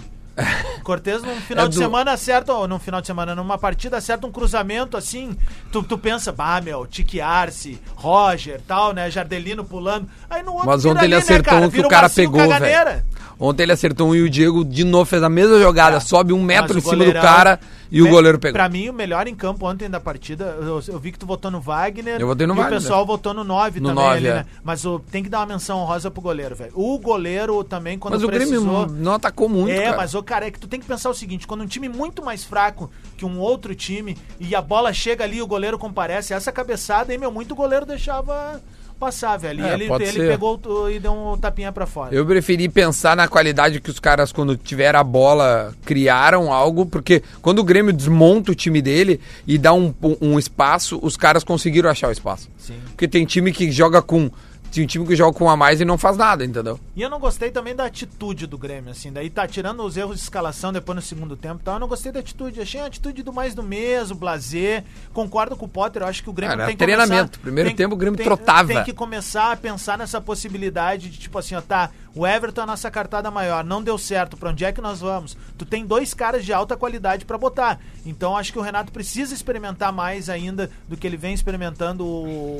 Speaker 5: Cortez num final
Speaker 1: É
Speaker 5: de
Speaker 1: do-
Speaker 5: semana acerta, ou num final de semana, numa partida acerta um cruzamento assim, tu, tu pensa, bah, meu, Tique Arce, Roger, tal, né, Jardelino pulando. Aí no outro
Speaker 1: Mas
Speaker 5: vira
Speaker 1: ontem ele
Speaker 5: né,
Speaker 1: acertou
Speaker 5: cara?
Speaker 1: um que
Speaker 5: Vira
Speaker 1: o cara
Speaker 5: Marcinho
Speaker 1: pegou,
Speaker 5: Caganeira.
Speaker 1: velho. Ontem ele acertou um e o Diego de novo fez a mesma jogada.
Speaker 5: É.
Speaker 1: Sobe um metro
Speaker 5: Mas
Speaker 1: em
Speaker 5: o
Speaker 1: cima
Speaker 5: goleirão-
Speaker 1: do cara e o
Speaker 5: Pe-
Speaker 1: goleiro pegou.
Speaker 5: Pra mim, o melhor em campo ontem da partida, eu, eu vi que tu votou no Wagner.
Speaker 1: Eu votei no
Speaker 5: e
Speaker 1: Wagner.
Speaker 5: o pessoal votou no 9
Speaker 1: No
Speaker 5: também
Speaker 1: nove,
Speaker 5: ali,
Speaker 1: é.
Speaker 5: né? Mas o- tem que dar uma menção honrosa pro goleiro, velho. O goleiro também, quando
Speaker 1: Mas o Grêmio
Speaker 5: precisou-
Speaker 1: não- não atacou muito,
Speaker 5: é,
Speaker 1: cara.
Speaker 5: mas, ô, cara, é que tu tem que pensar o seguinte: quando um time muito mais fraco que um outro time e a bola chega ali o goleiro comparece, essa cabeçada aí, meu, muito goleiro deixava passar, velho. E
Speaker 1: É,
Speaker 5: ele,
Speaker 1: pode
Speaker 5: ele
Speaker 1: ser.
Speaker 5: pegou o- e deu um tapinha pra fora.
Speaker 1: Eu preferi pensar na qualidade que os caras, quando tiveram a bola, criaram algo, porque quando o Grêmio desmonta o time dele e um dá um, um espaço, os caras conseguiram achar o espaço.
Speaker 5: Sim.
Speaker 1: Porque tem time que joga com Tem um time que joga com um a mais e não faz nada, entendeu?
Speaker 5: E eu não gostei também da atitude do Grêmio, assim. Daí tá tirando os erros de escalação depois no segundo tempo e tal. Eu não gostei da atitude. Achei a atitude do mais do mesmo, blazer. Concordo com o Potter, eu acho que o Grêmio
Speaker 1: Cara,
Speaker 5: tem que
Speaker 1: treinamento.
Speaker 5: começar-
Speaker 1: Primeiro
Speaker 5: tem-
Speaker 1: tempo o Grêmio
Speaker 5: tem-
Speaker 1: trotava.
Speaker 5: Tem que começar a pensar nessa possibilidade de, tipo assim, ó, tá, o Everton é a nossa cartada maior, não deu certo, pra onde é que nós vamos? Tu tem dois caras de alta qualidade pra botar. Então acho que o Renato precisa experimentar mais ainda do que ele vem experimentando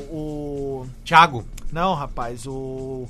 Speaker 5: o- o
Speaker 4: Thiago.
Speaker 5: não, rapaz, o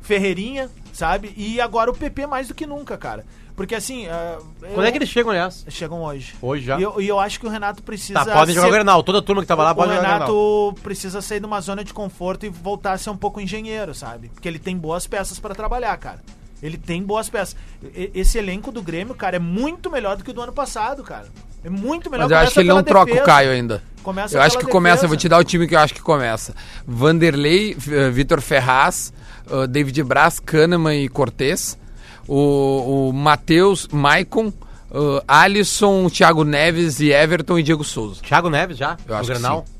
Speaker 5: Ferreirinha, sabe? E agora o PP mais do que nunca, cara. Porque assim. ah,
Speaker 4: Quando
Speaker 5: eu-
Speaker 4: é que eles chegam, aliás?
Speaker 5: Chegam hoje.
Speaker 4: Hoje já?
Speaker 5: E eu, e eu acho que o Renato precisa.
Speaker 4: Tá, podem jogar o
Speaker 5: ser-
Speaker 4: Grenal. Toda a turma que tava lá
Speaker 5: o
Speaker 4: pode jogar o Grenal.
Speaker 5: Renato precisa sair de uma zona de conforto e voltar a ser um pouco engenheiro, sabe? Porque ele tem boas peças pra trabalhar, cara. Ele tem boas peças. E- Esse elenco do Grêmio, cara, é muito melhor do que o do ano passado, cara. É muito melhor.
Speaker 1: Mas eu acho
Speaker 5: Começa
Speaker 1: que ele não
Speaker 5: pela
Speaker 1: troca o
Speaker 5: defesa.
Speaker 1: Caio ainda.
Speaker 5: Começa
Speaker 1: eu acho que
Speaker 5: pela
Speaker 1: começa, eu
Speaker 5: defesa.
Speaker 1: vou te dar o time que eu acho que começa. Vanderlei, eh, Vitor Ferraz, eh, David Braz, Kahneman e Cortez. O, o Matheus, Maicon, eh, Alisson, Thiago Neves e Everton e Diego Souza.
Speaker 4: Thiago Neves já?
Speaker 1: Eu acho
Speaker 4: no
Speaker 1: que
Speaker 4: Grenal?
Speaker 1: sim.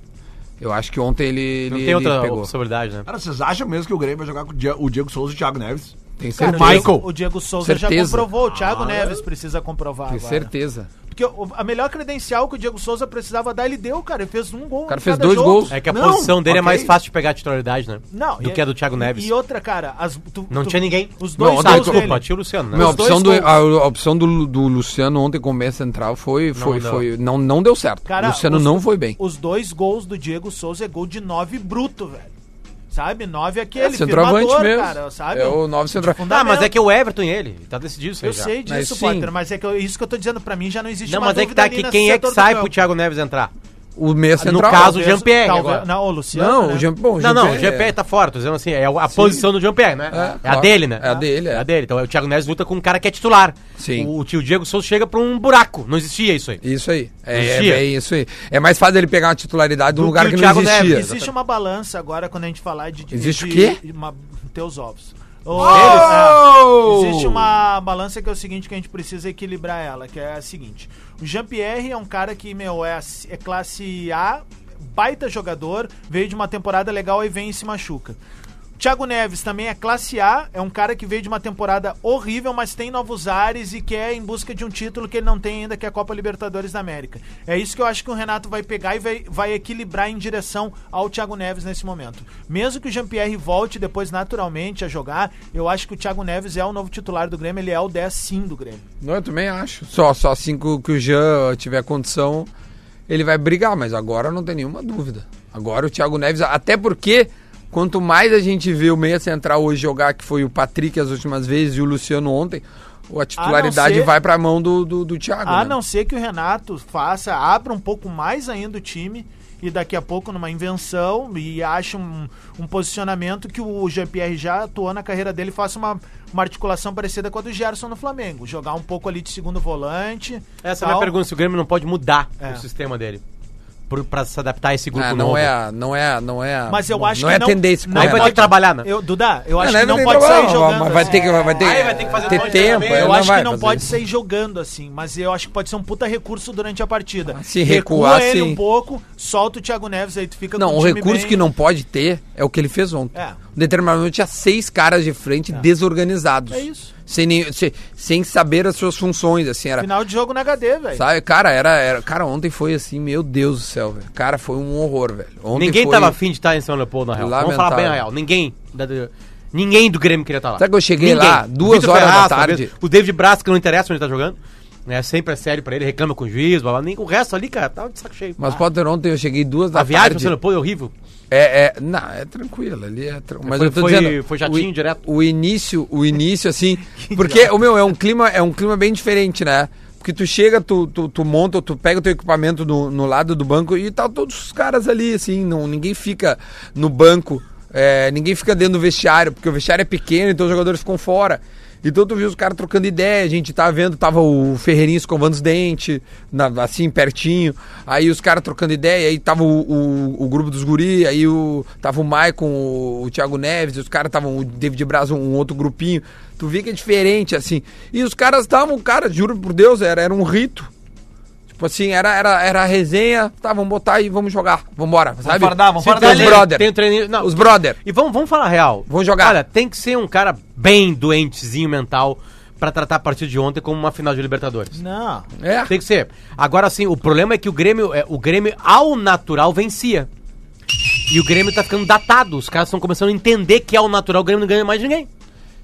Speaker 1: Eu acho que ontem ele,
Speaker 4: Não
Speaker 1: ele,
Speaker 4: tem outra
Speaker 1: ele pegou.
Speaker 4: possibilidade, né?
Speaker 2: Cara, vocês acham mesmo que o Grêmiio vai jogar com o Dia- o Diego Souza e o Thiago Neves?
Speaker 1: Tem
Speaker 5: Cara,
Speaker 1: certeza.
Speaker 5: o Diego-
Speaker 2: Michael.
Speaker 5: O Diego Souza já
Speaker 1: Certeza.
Speaker 5: comprovou, o Thiago Neves precisa comprovar.
Speaker 1: Tem
Speaker 5: agora.
Speaker 1: certeza.
Speaker 5: Porque o- a melhor credencial que o Diego Souza precisava dar, ele deu, cara. Ele fez um gol.
Speaker 1: O cara
Speaker 5: em
Speaker 1: fez
Speaker 5: cada
Speaker 1: dois
Speaker 5: jogo.
Speaker 1: gols.
Speaker 4: É que a
Speaker 2: Não,
Speaker 4: posição dele é
Speaker 2: ok.
Speaker 4: mais fácil de pegar a titularidade, né?
Speaker 5: Não,
Speaker 4: Do
Speaker 5: e-
Speaker 4: que a do Thiago Neves.
Speaker 5: E outra, cara, as- tu-
Speaker 4: Não
Speaker 5: tu-
Speaker 4: tinha ninguém.
Speaker 5: Os
Speaker 1: Não,
Speaker 5: dois
Speaker 1: ontem-
Speaker 4: Ah,
Speaker 5: gols
Speaker 4: desculpa,
Speaker 5: dele.
Speaker 4: tinha o Luciano, né?
Speaker 1: Não, a
Speaker 5: Os dois
Speaker 1: opção, do,
Speaker 5: gols.
Speaker 1: a, a opção do, do Luciano ontem como meia central foi, foi,
Speaker 4: deu.
Speaker 1: foi, não, não deu certo.
Speaker 5: Cara,
Speaker 1: Luciano
Speaker 5: os-
Speaker 1: não foi bem.
Speaker 5: Os dois gols do Diego Souza é gol de nove bruto, velho. Sabe? Nove é aquele.
Speaker 1: centroavante
Speaker 5: firmador,
Speaker 1: mesmo.
Speaker 5: cara, sabe?
Speaker 1: É o nove centroavante.
Speaker 4: Ah, mas é que o Everton e ele. Tá decidido isso aí
Speaker 5: Eu
Speaker 4: já.
Speaker 5: sei
Speaker 1: Mas
Speaker 5: disso,
Speaker 1: sim.
Speaker 5: Potter, mas é que eu- isso que eu tô dizendo pra mim já não existe
Speaker 4: Não,
Speaker 5: uma
Speaker 4: mas é que
Speaker 5: dúvida
Speaker 4: tá
Speaker 5: ali
Speaker 4: aqui.
Speaker 5: nesse
Speaker 4: Quem é que
Speaker 5: setor do
Speaker 4: sai
Speaker 5: campo.
Speaker 4: pro Thiago Neves entrar?
Speaker 1: O meia central.
Speaker 4: caso,
Speaker 5: Talvez-
Speaker 4: o Jean-Pierre
Speaker 5: talvez-
Speaker 4: agora.
Speaker 5: Não, o Luciano,
Speaker 1: Não,
Speaker 5: né?
Speaker 1: o Jean, bom, o
Speaker 4: não, não, o
Speaker 1: Jean-Pierre
Speaker 4: Jean-Pierre tá fora, tô dizendo assim, é a a posição do Jean-Pierre, né? É, a
Speaker 1: claro.
Speaker 4: dele, né?
Speaker 1: É a dele,
Speaker 4: é.
Speaker 1: é.
Speaker 4: a dele. Então o Thiago Neves luta com um cara que é titular.
Speaker 1: Sim.
Speaker 4: O tio Diego Souza chega pra um buraco. Não existia isso aí.
Speaker 1: Isso aí. É, é
Speaker 4: Existia.
Speaker 1: bem isso aí. É mais fácil ele pegar uma titularidade de um
Speaker 4: Do
Speaker 1: lugar
Speaker 4: que o
Speaker 1: que, não
Speaker 4: Thiago
Speaker 1: existia.
Speaker 4: Neves.
Speaker 5: É, Existe uma balança agora quando a gente falar de. de-
Speaker 1: Existe o
Speaker 5: de-
Speaker 1: quê?
Speaker 5: de Uma, teus ovos. Ô,
Speaker 1: Oh!
Speaker 5: é, existe uma balança que é o seguinte: que a gente precisa equilibrar ela, que é a seguinte. O Jean-Pierre é um cara que, meu, é, ass- é classe A, baita jogador, veio de uma temporada legal e vem e se machuca. Thiago Neves também é classe A, é um cara que veio de uma temporada horrível, mas tem novos ares e quer em busca de um título que ele não tem ainda, que é a Copa Libertadores da América. É isso que eu acho que o Renato vai pegar e vai, vai equilibrar em direção ao Thiago Neves nesse momento. Mesmo que o Jean-Pierre volte depois naturalmente a jogar, eu acho que o Thiago Neves é o novo titular do Grêmio, ele é o 10 sim do Grêmio.
Speaker 1: Não, eu também acho. Só, só assim que, que o Jean tiver condição, ele vai brigar, mas agora não tem nenhuma dúvida. Agora o Thiago Neves, até porque quanto mais a gente vê o meia central hoje jogar, que foi o Patrick as últimas vezes e o Luciano ontem, a titularidade
Speaker 5: ser-
Speaker 1: vai pra mão do, do, do Thiago.
Speaker 5: A
Speaker 1: né?
Speaker 5: não ser que o Renato faça, abra um pouco mais ainda o time e daqui a pouco numa invenção e ache um, um posicionamento que o Jean-Pierre já atuou na carreira dele faça uma, uma articulação parecida com a do Gerson no Flamengo. Jogar um pouco ali de segundo volante.
Speaker 4: Essa é a
Speaker 5: tal.
Speaker 4: minha pergunta, se o Grêmio não pode mudar
Speaker 5: É.
Speaker 4: o sistema dele. pro- Pra se adaptar a esse grupo
Speaker 1: Ah,
Speaker 4: novo.
Speaker 1: não é, a- não é, a- não é. a-
Speaker 5: Mas eu acho
Speaker 1: não
Speaker 5: que
Speaker 1: é a
Speaker 5: não-
Speaker 1: tendência.
Speaker 4: Aí
Speaker 5: não
Speaker 1: correta.
Speaker 4: vai ter que trabalhar, né?
Speaker 5: Eu, Duda, eu acho
Speaker 1: não,
Speaker 5: que não
Speaker 1: vai
Speaker 5: pode
Speaker 1: ter que
Speaker 5: sair
Speaker 1: trabalhar,
Speaker 5: jogando.
Speaker 1: Mas vai
Speaker 5: assim.
Speaker 1: ter que, vai ter,
Speaker 4: Aí vai ter que
Speaker 5: um
Speaker 4: fazer
Speaker 1: ter
Speaker 4: dois
Speaker 1: tempo.
Speaker 4: também.
Speaker 1: ele
Speaker 5: Eu
Speaker 1: não
Speaker 5: acho
Speaker 1: vai
Speaker 5: que não
Speaker 1: fazer
Speaker 5: pode
Speaker 1: isso.
Speaker 5: sair jogando assim, mas eu acho que pode ser um puta recurso durante a partida.
Speaker 1: Ah, se recuar,
Speaker 5: Recua ele
Speaker 1: sim.
Speaker 5: um pouco, solta o Thiago Neves aí, tu fica
Speaker 1: Não,
Speaker 5: com
Speaker 1: o
Speaker 5: um time
Speaker 1: recurso
Speaker 5: bem-
Speaker 1: que não pode ter é o que ele fez ontem.
Speaker 5: É.
Speaker 1: Determinadamente tinha seis caras de frente desorganizados.
Speaker 5: É isso.
Speaker 1: Sem, nem- se- sem saber as suas funções, assim, era.
Speaker 5: Final de jogo na HD, velho.
Speaker 1: Sabe, cara, era, era. Cara, ontem foi assim, meu Deus do céu, velho. Cara, foi um horror, velho. Ontem
Speaker 4: Ninguém
Speaker 1: foi... um-
Speaker 4: tava afim de estar em São Leopoldo, na real. Vamos falar
Speaker 1: Lamentável.
Speaker 4: bem a real. Ninguém. da- da- Ninguém do Grêmio queria estar lá.
Speaker 1: Sabe que eu cheguei lá, duas
Speaker 4: Vitor
Speaker 1: horas da
Speaker 4: Ferraz,
Speaker 1: tarde.
Speaker 4: talvez. O David Braz, que não interessa onde tá jogando. Né, sempre é sério pra ele, reclama com o juiz, blá, blá, nem O resto ali, cara, tava de saco cheio.
Speaker 1: Mas Potter, ontem eu cheguei duas da
Speaker 4: a viagem pro
Speaker 1: tarde.
Speaker 4: São Leopoldo é horrível.
Speaker 1: É, é, não, é tranquilo, ali é tran- Mas
Speaker 4: Foi-
Speaker 1: eu tô
Speaker 4: foi-
Speaker 1: dizendo,
Speaker 4: foi jatinho
Speaker 1: o, i-
Speaker 4: direto.
Speaker 1: O início, o início assim, porque o meu é um clima, é um clima bem diferente, né? Porque tu chega, tu, tu, tu monta, tu pega o teu equipamento no, no lado do banco e tá todos os caras ali, assim, não, ninguém fica no banco, é, ninguém fica dentro do vestiário, porque o vestiário é pequeno, então os jogadores ficam fora. Então tu viu os caras trocando ideia, a gente tá vendo, tava o Ferreirinho escovando os dentes, na- assim, pertinho. Aí os caras trocando ideia, aí tava o, o, o grupo dos guri, aí o, tava o Maicon, o, o Thiago Neves, os caras estavam, o David Braz, um, um outro grupinho. Tu vê que é diferente, assim. E os caras estavam, cara, juro por Deus, era, era um rito. Tipo, Tipo assim, era, era, era a resenha, tá, vamos botar e vamos jogar, vambora, sabe?
Speaker 2: fardar, vamos
Speaker 1: Se
Speaker 2: fardar.
Speaker 1: tem Os brother,
Speaker 4: Tem um treininho- não.
Speaker 1: os brother.
Speaker 4: E vamos, vamos falar real.
Speaker 1: Vamos jogar.
Speaker 4: Olha, tem que ser um cara bem doentezinho mental pra tratar a partir de ontem como uma final de Libertadores.
Speaker 5: Não.
Speaker 1: É,
Speaker 4: Tem que ser. Agora sim, o problema é que o Grêmio, é, o Grêmio ao natural vencia. E o Grêmio tá ficando datado. Os caras estão começando a entender que ao natural o Grêmio não ganha mais de ninguém.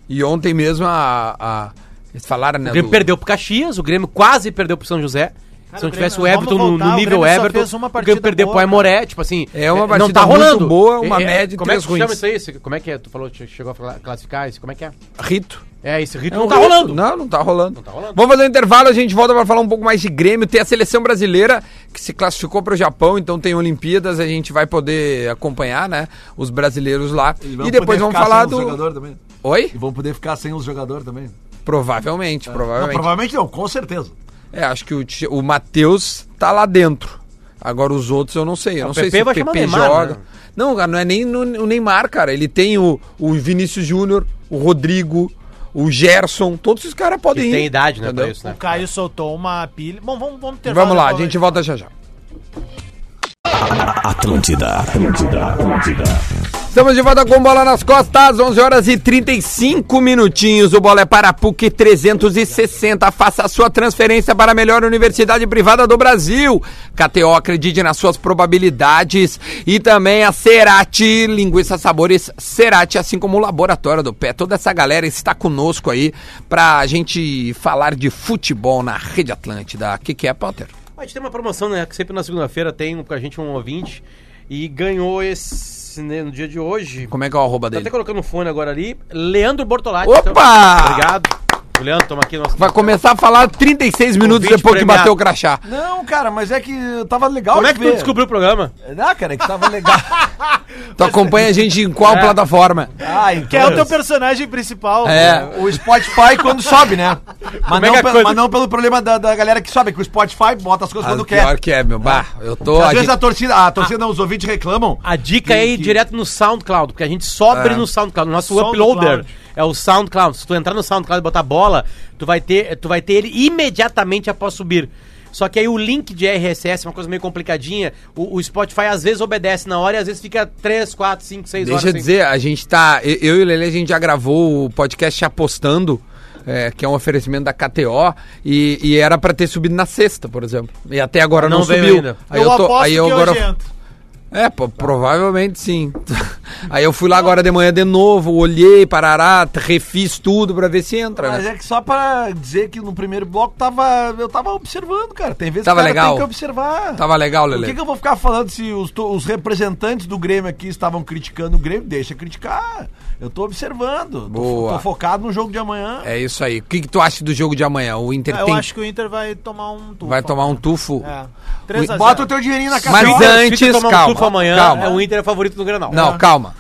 Speaker 1: e ontem mesmo a... a- eles falaram, né?
Speaker 4: O Grêmio
Speaker 1: do-
Speaker 4: perdeu pro Caxias, o Grêmio quase perdeu pro São José.
Speaker 5: Cara,
Speaker 4: Se não
Speaker 5: o
Speaker 4: tivesse o
Speaker 5: Grêmio-
Speaker 4: Everton
Speaker 5: vamos
Speaker 4: no, no
Speaker 5: voltar, o
Speaker 4: nível
Speaker 5: Grêmio só
Speaker 4: Everton,
Speaker 5: fez uma
Speaker 4: o Grêmio
Speaker 5: partida
Speaker 4: perdeu pro
Speaker 5: boa,
Speaker 4: Aimoré, tipo assim,
Speaker 1: É uma
Speaker 4: eh,
Speaker 1: partida
Speaker 4: não tá
Speaker 1: muito
Speaker 4: rolando.
Speaker 1: boa, uma média de
Speaker 4: como é que
Speaker 1: três
Speaker 4: se chama
Speaker 1: ruins.
Speaker 4: isso aí? Esse- Como é que é? Tu falou, que chegou a fala- classificar isso, como é que é?
Speaker 1: Rito.
Speaker 4: É, esse ritmo
Speaker 1: É um
Speaker 4: não tá
Speaker 1: risco.
Speaker 4: rolando.
Speaker 1: Não, não tá rolando.
Speaker 4: tá rolando.
Speaker 1: Vamos fazer um intervalo, a gente volta pra falar um pouco mais de Grêmio. Tem a seleção brasileira que se classificou pro Japão, então tem Olimpíadas, a gente vai poder acompanhar, né? Os brasileiros lá. E depois vamos falar do.
Speaker 2: um também.
Speaker 1: Oi?
Speaker 2: E vão poder ficar sem os jogadores também.
Speaker 1: Provavelmente,
Speaker 4: É.
Speaker 2: Não,
Speaker 1: provavelmente.
Speaker 2: provavelmente não, com certeza.
Speaker 1: É, acho que o, Ti- o Matheus tá lá dentro. Agora os outros eu não sei. Eu não sei
Speaker 4: PP
Speaker 1: se o
Speaker 4: É, vai chamar
Speaker 1: PP
Speaker 4: Neymar,
Speaker 1: joga.
Speaker 4: né?
Speaker 1: Não, cara, não é nem no- o Neymar, cara. Ele tem o, o Vinícius Júnior, o Rodrigo, o Gerson. Todos esses caras
Speaker 4: Que
Speaker 1: podem ir.
Speaker 4: tem idade, né, pra
Speaker 1: entendeu?
Speaker 4: isso,
Speaker 5: O
Speaker 4: né?
Speaker 5: Caio soltou uma pilha. Bom, vamos, vamos ter
Speaker 1: Vamos lá, a gente volta já já.
Speaker 6: Atlântida, Atlântida, Atlântida.
Speaker 1: Estamos de volta com bola nas costas, 11 horas e 35 minutinhos. O bola é para a PUC 360. Faça a sua transferência para a melhor universidade privada do Brasil. KTO, acredite nas suas probabilidades. E também a Cerati, linguiça sabores Cerati, assim como o Laboratório do Pé. Toda essa galera está conosco aí para a gente falar de futebol na Rede Atlântida. O que, que é, Potter?
Speaker 4: A gente tem uma promoção, né? Que sempre na segunda-feira tem um- com a gente um ouvinte e ganhou esse né, no dia de hoje.
Speaker 1: Como é que é o arroba
Speaker 4: Tá até
Speaker 1: dele?
Speaker 4: colocando o fone agora ali. Leandro Bortolatti.
Speaker 1: Opa!
Speaker 4: então. obrigado. O Leandro, toma aqui nosso.
Speaker 1: Vai começar a falar 36 minutos
Speaker 4: Convite
Speaker 1: depois que
Speaker 4: premiado.
Speaker 1: bateu o crachá.
Speaker 2: Não, cara, mas é que tava legal
Speaker 4: Como
Speaker 2: de
Speaker 4: é que tu
Speaker 2: ver.
Speaker 4: descobriu o programa?
Speaker 2: Ah, cara, é que tava legal.
Speaker 1: Tu acompanha a gente em
Speaker 4: É.
Speaker 1: qual plataforma?
Speaker 2: ah, então...
Speaker 5: Que é o teu personagem principal.
Speaker 1: É.
Speaker 2: O Spotify quando sobe, né? Mas,
Speaker 4: é
Speaker 2: não,
Speaker 4: que a
Speaker 2: pe-
Speaker 4: coisa-
Speaker 2: mas não pelo problema da, da galera que sobe, é que o Spotify bota as coisas
Speaker 1: Ah,
Speaker 2: quando
Speaker 1: pior
Speaker 2: quer.
Speaker 1: que é, meu. Bah, eu tô.
Speaker 2: Às
Speaker 1: a
Speaker 2: vezes
Speaker 1: gente-
Speaker 2: a torcida, a torcida
Speaker 4: Ah.
Speaker 2: não, os ouvintes reclamam.
Speaker 4: A dica é ir
Speaker 2: que-
Speaker 4: direto no SoundCloud, porque a gente sobe
Speaker 1: É.
Speaker 4: no SoundCloud. O nosso
Speaker 5: SoundCloud.
Speaker 4: uploader é o SoundCloud. Se tu entrar no SoundCloud e botar bola, tu vai ter, tu vai ter ele imediatamente após subir. Só que aí o link de RSS é uma coisa meio complicadinha. O, o Spotify às vezes obedece na hora e às vezes fica 3, 4, 5, 6 horas.
Speaker 1: Deixa eu
Speaker 4: sem-
Speaker 1: dizer, a gente tá. eu- Eu e o Lele, a gente já gravou o podcast Apostando. é, que é um oferecimento da KTO e, e era pra ter subido na sexta, por exemplo. E até agora não,
Speaker 4: Não veio
Speaker 1: subiu.
Speaker 4: ainda.
Speaker 1: Aí eu, tô, aí eu
Speaker 5: que
Speaker 1: agora
Speaker 5: hoje entra.
Speaker 1: É, pô, provavelmente sim. aí eu fui lá agora de manhã de novo, olhei, parará, refiz tudo pra ver se entra,
Speaker 2: Mas
Speaker 1: né?
Speaker 2: é que só pra dizer que no primeiro bloco tava, eu tava observando, cara. Tem vezes
Speaker 1: Tava
Speaker 2: que o cara
Speaker 1: legal.
Speaker 2: tem que observar.
Speaker 1: Tava legal,
Speaker 2: Por que,
Speaker 1: Lele.
Speaker 2: que eu vou ficar falando se os, to- os representantes do Grêmio aqui estavam criticando o Grêmio? Deixa criticar. Eu tô observando. Tô,
Speaker 1: Boa.
Speaker 2: tô focado no jogo de amanhã.
Speaker 1: É isso aí. O que, que tu acha do jogo de amanhã? O Inter
Speaker 5: Ah, Eu
Speaker 1: tem-
Speaker 5: acho que o Inter vai tomar um turno.
Speaker 1: vai tomar um tufo?
Speaker 5: É. 3 a 0.
Speaker 2: Bota o teu dinheirinho na
Speaker 1: Mas
Speaker 2: KTO.
Speaker 1: antes,
Speaker 4: Se tu tomar um
Speaker 1: calma,
Speaker 4: tufo amanhã,
Speaker 1: calma.
Speaker 4: é o Inter é favorito do Granal.
Speaker 1: Não, calma.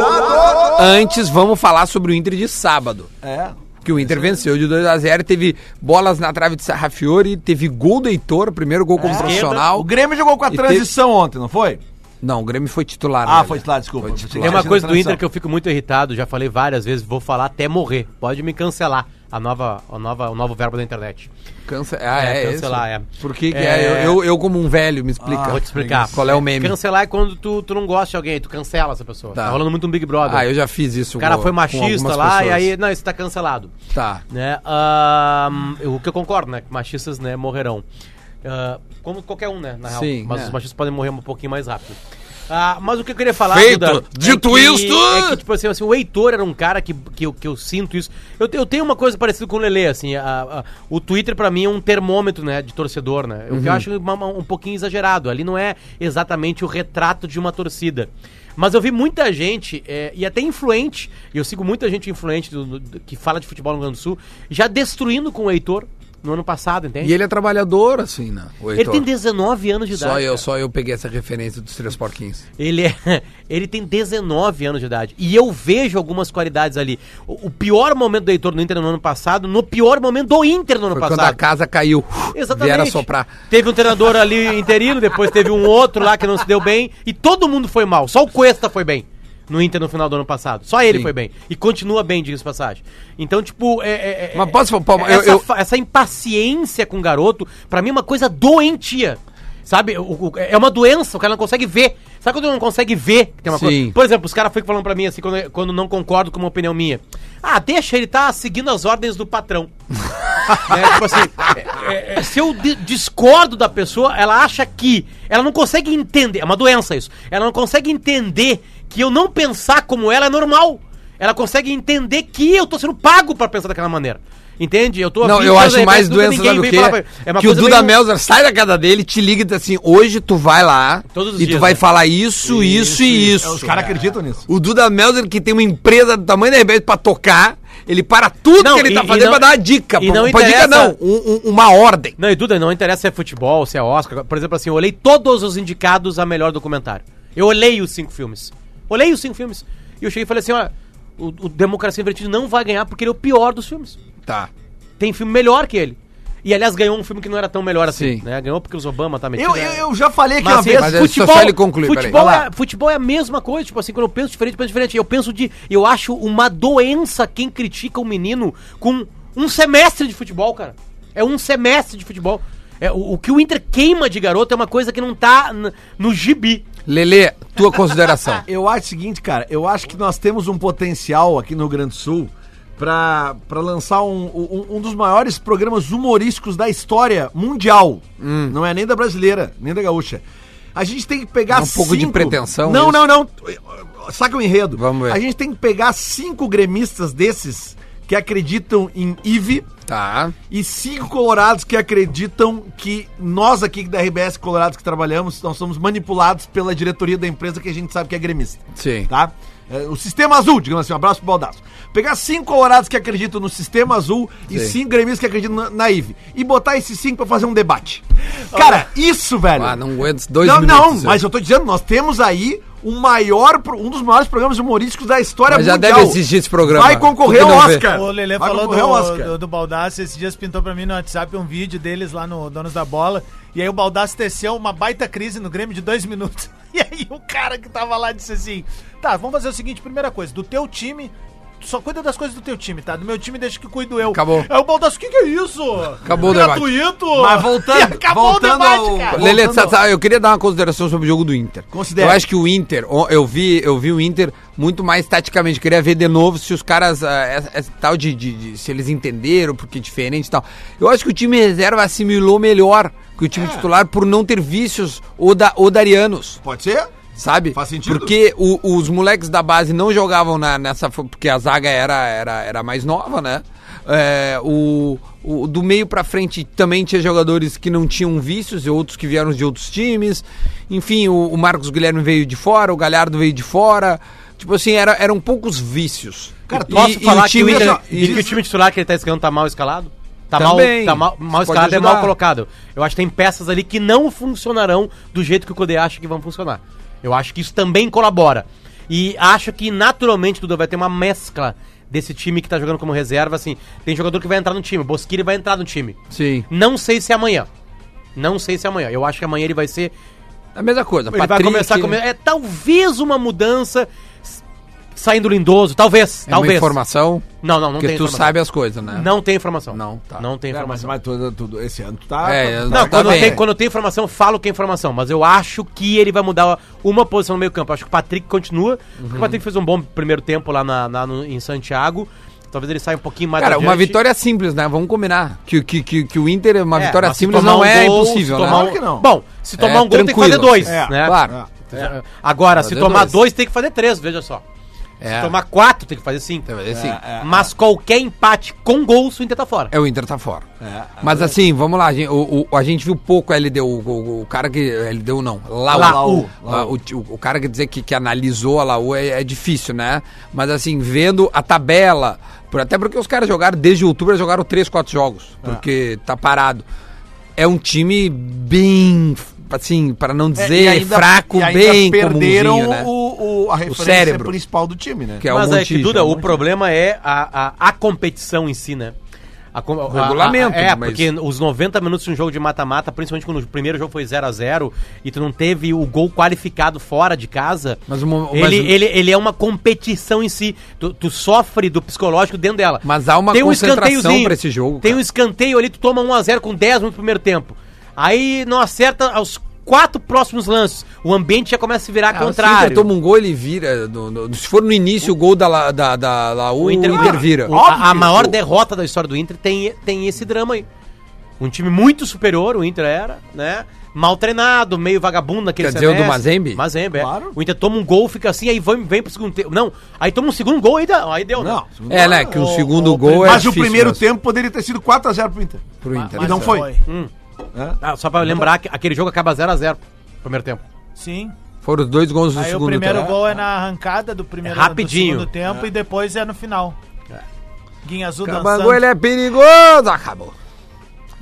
Speaker 3: Colorado!
Speaker 1: Antes, vamos falar sobre o Inter de sábado.
Speaker 2: É.
Speaker 1: Que o Inter venceu de 2 a 0 teve bolas na trave de Sarrafiori, teve gol do Heitor, primeiro
Speaker 4: É.
Speaker 1: gol como profissional.
Speaker 2: O Grêmio jogou com a
Speaker 1: E
Speaker 2: transição ontem, não foi?
Speaker 1: Não, o Grêmio foi titular.
Speaker 2: Ah,
Speaker 1: né,
Speaker 2: foi
Speaker 1: né?
Speaker 2: titular, desculpa.
Speaker 1: Foi
Speaker 4: Tem
Speaker 1: titular.
Speaker 4: uma
Speaker 2: Claro.
Speaker 4: coisa do
Speaker 2: Transição.
Speaker 4: Inter que eu fico muito irritado, já falei várias vezes, vou falar até morrer. Pode me cancelar a nova, a nova, o novo verbo da internet.
Speaker 1: Cansa... Ah, é,
Speaker 4: É,
Speaker 1: é
Speaker 4: cancelar,
Speaker 1: isso.
Speaker 4: é.
Speaker 1: Por que, que é?
Speaker 4: É.
Speaker 1: Eu, eu, eu como um velho, me explica.
Speaker 4: Ah, vou te explicar.
Speaker 1: Qual é o meme?
Speaker 4: Cancelar é quando tu, tu não gosta de alguém, tu cancela essa pessoa.
Speaker 1: Tá.
Speaker 4: Tá, rolando muito um Big Brother.
Speaker 1: Ah, eu já fiz isso.
Speaker 4: O cara
Speaker 1: com-
Speaker 4: foi
Speaker 1: com
Speaker 4: machista
Speaker 1: algumas
Speaker 4: lá e
Speaker 1: pessoas.
Speaker 4: aí, não, isso tá cancelado.
Speaker 1: Tá.
Speaker 4: Né? Ahn, eu- o que eu concordo, né? Que machistas né, morrerão. Ah, como qualquer um, né? Na real.
Speaker 1: Sim,
Speaker 4: mas
Speaker 1: é.
Speaker 4: os machistas podem morrer um pouquinho mais rápido. Ah, mas o que eu queria falar,
Speaker 1: Feito.
Speaker 4: Duda,
Speaker 1: Dito
Speaker 4: que-
Speaker 1: isto!
Speaker 4: É que, tipo assim, assim, o Heitor era um cara que, que, eu, que eu sinto isso. Eu, te- eu tenho uma coisa parecida com o Lele, assim. a- a- o Twitter, pra mim, é um termômetro, né? De torcedor, né?
Speaker 1: Uhum.
Speaker 4: O que eu acho uma- uma- um pouquinho exagerado. Ali não é exatamente o retrato de uma torcida. Mas eu vi muita gente, é, e até influente, e eu sigo muita gente influente do- do- que fala de futebol no Rio Grande do Sul, já destruindo com o Heitor no ano passado, entende?
Speaker 1: E ele é trabalhador, assim, né? O
Speaker 4: Ele
Speaker 1: Heitor.
Speaker 4: tem 19 anos de idade.
Speaker 1: só, eu,
Speaker 4: cara.
Speaker 1: só eu peguei essa referência dos três porquinhos.
Speaker 4: Ele, é- ele tem 19 anos de idade. E eu vejo algumas qualidades ali. O, o pior momento do Heitor no Inter no ano passado, no pior momento do Inter no ano
Speaker 1: Foi quando a
Speaker 4: passado.
Speaker 1: casa caiu.
Speaker 4: Exatamente.
Speaker 1: Vieram soprar.
Speaker 4: Teve um treinador ali interino, depois teve um outro lá que não se deu bem. E todo mundo foi mal. Só o Cuesta foi bem. no Inter no final do ano passado. Só ele
Speaker 1: Sim.
Speaker 4: foi bem. E continua bem, diga-se de passagem. Então, tipo, é- é- é-
Speaker 1: Mas posso falar, Paulo, eu-
Speaker 4: essa,
Speaker 1: eu-
Speaker 4: fa- essa impaciência com o garoto, pra mim é uma coisa doentia. Sabe? O- o- é uma doença, o cara não consegue ver. Sabe quando não consegue ver que tem uma
Speaker 1: Sim.
Speaker 4: coisa? Por exemplo, os caras ficam falando pra mim assim, quando, quando não concordo com uma opinião minha. Ah, deixa ele tá seguindo as ordens do patrão. Né? Tipo assim, é- é- é, se eu di- discordo da pessoa, ela acha que. Ela não consegue entender. É uma doença isso. Ela não consegue entender que eu não pensar como ela é normal. Ela consegue entender que eu tô sendo pago pra pensar daquela maneira. Entende? Eu tô há
Speaker 1: Não,
Speaker 4: 20
Speaker 1: eu
Speaker 4: anos
Speaker 1: acho
Speaker 4: aí,
Speaker 1: mais
Speaker 4: nunca
Speaker 1: doença,
Speaker 4: ninguém
Speaker 1: sabe o
Speaker 4: veio
Speaker 1: quê?
Speaker 4: falar pra- É uma
Speaker 1: que o
Speaker 4: coisa
Speaker 1: Duda
Speaker 4: meio-
Speaker 1: Melzer sai da casa dele, te liga e diz assim, hoje tu vai lá
Speaker 4: Todos os
Speaker 1: e tu
Speaker 4: dias,
Speaker 1: vai
Speaker 4: né? É,
Speaker 1: falar isso, isso, e isso.
Speaker 2: Os caras acreditam nisso.
Speaker 1: O Duda Melzer, que tem uma empresa do tamanho da Rebelde pra tocar, ele para tudo
Speaker 4: Não,
Speaker 1: que ele
Speaker 4: e-
Speaker 1: tá
Speaker 4: e
Speaker 1: fazendo
Speaker 4: não-
Speaker 1: pra dar uma dica.
Speaker 4: e não
Speaker 1: pra dica
Speaker 4: interessa-
Speaker 1: não, um- um- uma ordem.
Speaker 4: Não, e Duda, não interessa se é futebol, se é Oscar. Por exemplo, assim, eu olhei todos os indicados a melhor documentário. Eu olhei os cinco filmes. Olhei os cinco filmes. E eu cheguei e falei assim, ó, o, o Democracia em Vertigem não vai ganhar porque ele é o pior dos filmes.
Speaker 1: Tá.
Speaker 4: Tem filme melhor que ele. E, aliás, ganhou um filme que não era tão melhor assim,
Speaker 1: Sim.
Speaker 4: né? Ganhou porque os Obama tá
Speaker 2: Eu,
Speaker 4: metido.
Speaker 2: eu, eu já falei aqui
Speaker 4: Mas,
Speaker 2: uma
Speaker 4: assim,
Speaker 2: vez.
Speaker 1: mas é só-
Speaker 4: futebol,
Speaker 1: só ele concluir, peraí.
Speaker 4: futebol,
Speaker 2: Vai lá.
Speaker 4: é, futebol é a mesma coisa, tipo assim, quando eu penso diferente, eu penso diferente. Eu penso de. Eu acho uma doença quem critica um menino com um semestre de futebol, cara. É um semestre de futebol. É, o, o que o Inter queima de garoto é uma coisa que não tá n- no gibi.
Speaker 1: Lelê, tua consideração.
Speaker 2: Eu acho o seguinte, cara, eu acho que nós temos um potencial aqui no Rio Grande do Sul pra, pra lançar um, um, um dos maiores programas humorísticos da história mundial.
Speaker 1: Hum.
Speaker 2: Não é nem da brasileira, nem da gaúcha. A gente tem que pegar
Speaker 1: É um pouco de pretensão
Speaker 2: Não,
Speaker 1: isso.
Speaker 2: não, não. Saca o enredo.
Speaker 1: Vamos ver.
Speaker 2: A gente tem que pegar cinco gremistas desses que acreditam em IVE
Speaker 1: tá.
Speaker 2: e cinco colorados que acreditam que nós aqui da RBS Colorados que trabalhamos, nós somos manipulados pela diretoria da empresa que a gente sabe que é gremista.
Speaker 1: Sim.
Speaker 2: Tá? É, o sistema azul, digamos assim, um abraço pro Baldaço. Pegar cinco colorados que acreditam no sistema azul e
Speaker 1: Sim.
Speaker 2: cinco gremistas que acreditam na, na IVE. E botar esses cinco pra fazer um debate. Cara, isso, velho.
Speaker 1: Ah, não aguento dois
Speaker 2: não,
Speaker 1: minutos. é.
Speaker 2: não, mas eu tô dizendo, nós temos aí o maior, pro- um dos maiores programas humorísticos da história
Speaker 1: Mas já
Speaker 2: mundial.
Speaker 1: deve existir esse programa.
Speaker 2: Vai concorrer
Speaker 1: Tu que
Speaker 2: ao
Speaker 1: não vê.
Speaker 2: Oscar.
Speaker 5: O Lelê
Speaker 2: Vai
Speaker 5: falou
Speaker 2: concorrer ao
Speaker 5: do,
Speaker 2: Oscar.
Speaker 5: do, do Baldaço, esses dias pintou pra mim no WhatsApp um vídeo deles lá no Donos da Bola. E aí o Baldaço teceu uma baita crise no Grêmio de dois minutos. E aí o cara que tava lá disse assim: Tá, vamos fazer o seguinte, primeira coisa, do teu time. tu Só cuida das coisas do teu time, tá? Do meu time deixa que cuido eu.
Speaker 1: Acabou.
Speaker 5: Aí o Baldaço, o que, que é isso?
Speaker 1: Acabou o debate.
Speaker 5: Gratuito.
Speaker 2: Mas voltando,
Speaker 5: E acabou
Speaker 2: voltando
Speaker 5: o debate,
Speaker 2: ao-
Speaker 5: cara.
Speaker 1: Lelê,
Speaker 2: Voltando-
Speaker 1: sabe, eu queria dar uma consideração sobre o jogo do Inter.
Speaker 2: Considere.
Speaker 1: Eu acho que o Inter, o- eu vi, eu vi o Inter muito mais taticamente. Queria ver de novo se os caras, ah, essa- essa tal de, de- de- se eles entenderam, porque é diferente e tal. Eu acho que o time reserva assimilou melhor que o time titular por não ter vícios oda, odarianos.
Speaker 2: Pode ser?
Speaker 1: Sabe?
Speaker 2: Faz sentido.
Speaker 1: Porque o- os moleques da base não jogavam na- nessa. fo- Porque a zaga era, era, era mais nova, né? É, o, o- do meio pra frente também tinha jogadores que não tinham vícios e outros que vieram de outros times. Enfim, o, o Marcos Guilherme veio de fora, o Galhardo veio de fora. Tipo assim, era, eram poucos vícios.
Speaker 2: Cara,
Speaker 1: E-
Speaker 2: posso
Speaker 1: e
Speaker 4: falar
Speaker 1: time
Speaker 4: que o Inter,
Speaker 1: da-
Speaker 4: e
Speaker 1: e-
Speaker 4: que o time titular que ele tá escalando tá mal escalado? Tá
Speaker 1: Também.
Speaker 4: mal, tá mal, mal
Speaker 1: Isso pode
Speaker 4: escalado, é
Speaker 1: ajudar.
Speaker 4: mal colocado. Eu acho que tem peças ali que não funcionarão do jeito que o Codê acha que vão funcionar. Eu acho que isso também colabora. E acho que naturalmente, Duda, vai ter uma mescla desse time que tá jogando como reserva, assim. Tem jogador que vai entrar no time, o Bosquilha vai entrar no time.
Speaker 1: Sim.
Speaker 4: Não sei se é amanhã. Não sei se é amanhã. Eu acho que amanhã ele vai ser
Speaker 1: É A mesma coisa.
Speaker 4: ele vai começar a comer. É talvez uma mudança s- saindo lindoso, talvez,
Speaker 1: É uma
Speaker 4: talvez.
Speaker 1: informação
Speaker 4: Não, não, não
Speaker 1: que tu
Speaker 4: informação.
Speaker 1: sabe as coisas, né?
Speaker 4: Não tem informação.
Speaker 1: Não, tá.
Speaker 4: Não tem
Speaker 2: É, mas,
Speaker 4: informação.
Speaker 2: mas todo, todo- esse ano tu tá.
Speaker 1: É,
Speaker 2: tu
Speaker 1: não,
Speaker 4: Não,
Speaker 1: tá
Speaker 4: quando,
Speaker 1: bem.
Speaker 4: tem, quando tem informação, falo que é informação, mas eu acho que ele vai mudar uma posição no meio campo. Acho que o Patrick continua,
Speaker 1: Uhum.
Speaker 4: porque o Patrick fez um bom primeiro tempo lá na, na- no- em Santiago. Talvez ele saia um pouquinho mais
Speaker 1: Cara, uma
Speaker 4: adiante.
Speaker 1: vitória simples, né? Vamos combinar. Que, que, que, que o Inter, uma
Speaker 4: É,
Speaker 1: vitória
Speaker 4: mas se
Speaker 1: simples
Speaker 4: tomar
Speaker 1: não
Speaker 4: um
Speaker 1: é
Speaker 4: gol,
Speaker 1: impossível,
Speaker 4: se
Speaker 1: né?
Speaker 4: tomar um-
Speaker 2: Claro que não.
Speaker 4: Bom, se tomar
Speaker 1: É,
Speaker 4: um gol tem que fazer
Speaker 1: tranquilo.
Speaker 4: dois,
Speaker 1: É,
Speaker 4: né?
Speaker 1: claro.
Speaker 4: É. Agora, se
Speaker 1: Fazer
Speaker 4: tomar
Speaker 1: dois.
Speaker 4: dois. tem que fazer três, veja só.
Speaker 1: É.
Speaker 4: Se tomar quatro, tem que fazer cinco.
Speaker 1: É, assim, é,
Speaker 4: Mas qualquer empate com gol, o Inter tá fora.
Speaker 1: o Inter tá fora.
Speaker 2: É,
Speaker 1: Mas assim, vamos lá. A gente, o, o- a gente viu pouco a LDU. O, o- o cara que. A LDU não. Laú.
Speaker 2: Laú.
Speaker 1: Ah, O, ti- o cara que dizer que, que analisou a Laú é, é difícil, né? Mas assim, vendo a tabela. por- até porque os caras jogaram desde outubro, jogaram 3, 4 jogos.
Speaker 2: É.
Speaker 1: Porque tá parado. É um time bem. Assim, para não
Speaker 2: É,
Speaker 1: dizer
Speaker 2: e ainda-
Speaker 1: fraco,
Speaker 2: e ainda
Speaker 1: bem
Speaker 2: perderam
Speaker 1: comumzinho, né?
Speaker 2: o, o, a referência
Speaker 1: cérebro.
Speaker 2: principal do time, né?
Speaker 1: Que é o
Speaker 4: Mas é que,
Speaker 1: Montijo.
Speaker 4: Duda, o problema é a, a, a competição em si, né? a com- a-
Speaker 1: Regulamento, né?
Speaker 4: a- é,
Speaker 1: mas-
Speaker 4: porque os 90 minutos de um jogo de mata-mata, principalmente quando o primeiro jogo foi 0 a 0 e tu não teve o gol qualificado fora de casa,
Speaker 1: Mas uma-
Speaker 4: ele,
Speaker 1: mas-
Speaker 4: ele, ele é uma competição em si. Tu, tu sofre do psicológico dentro dela. um
Speaker 1: Mas há uma concentração pra esse jogo,
Speaker 4: Tem um
Speaker 1: cara.
Speaker 4: escanteio ali, tu toma 1x0 com 10 no primeiro tempo. Aí não acerta aos quatro próximos lances. É, O ambiente já começa a se virar
Speaker 1: Ah, Se o
Speaker 4: contrário.
Speaker 1: Inter toma um gol, ele vira. no- no- se for no início o gol da, La- da, da Laú, o Inter, vira.
Speaker 4: o- a, a maior derrota da história do Inter tem, tem esse drama aí. Um time muito superior, o Inter era, né? Mal treinado, meio vagabundo naquele
Speaker 1: Quer dizer, o do Mazembe?
Speaker 4: Mazembe, é.
Speaker 2: Claro.
Speaker 4: O Inter toma um gol, fica assim, aí vem, vem pro segundo tempo. Não, aí toma um segundo gol, aí, dá- aí deu, né?
Speaker 2: Não.
Speaker 1: É, né? Que o, segundo gol é.
Speaker 2: Mas o
Speaker 1: difícil,
Speaker 2: primeiro
Speaker 1: mas-
Speaker 2: tempo poderia ter sido 4x0 pro Inter.
Speaker 1: Pro Inter. né.
Speaker 2: E não
Speaker 5: Mas
Speaker 2: foi.
Speaker 4: Ah, só pra lembrar que aquele jogo acaba 0x0 primeiro tempo.
Speaker 5: Sim.
Speaker 1: Foram os dois gols do
Speaker 5: Aí o
Speaker 1: segundo
Speaker 5: primeiro
Speaker 1: tempo.
Speaker 5: gol é na arrancada do primeiro
Speaker 4: É rapidinho.
Speaker 5: do segundo tempo e depois é no final. Guinha azul
Speaker 1: Cabangu, ele é perigoso. Acabou.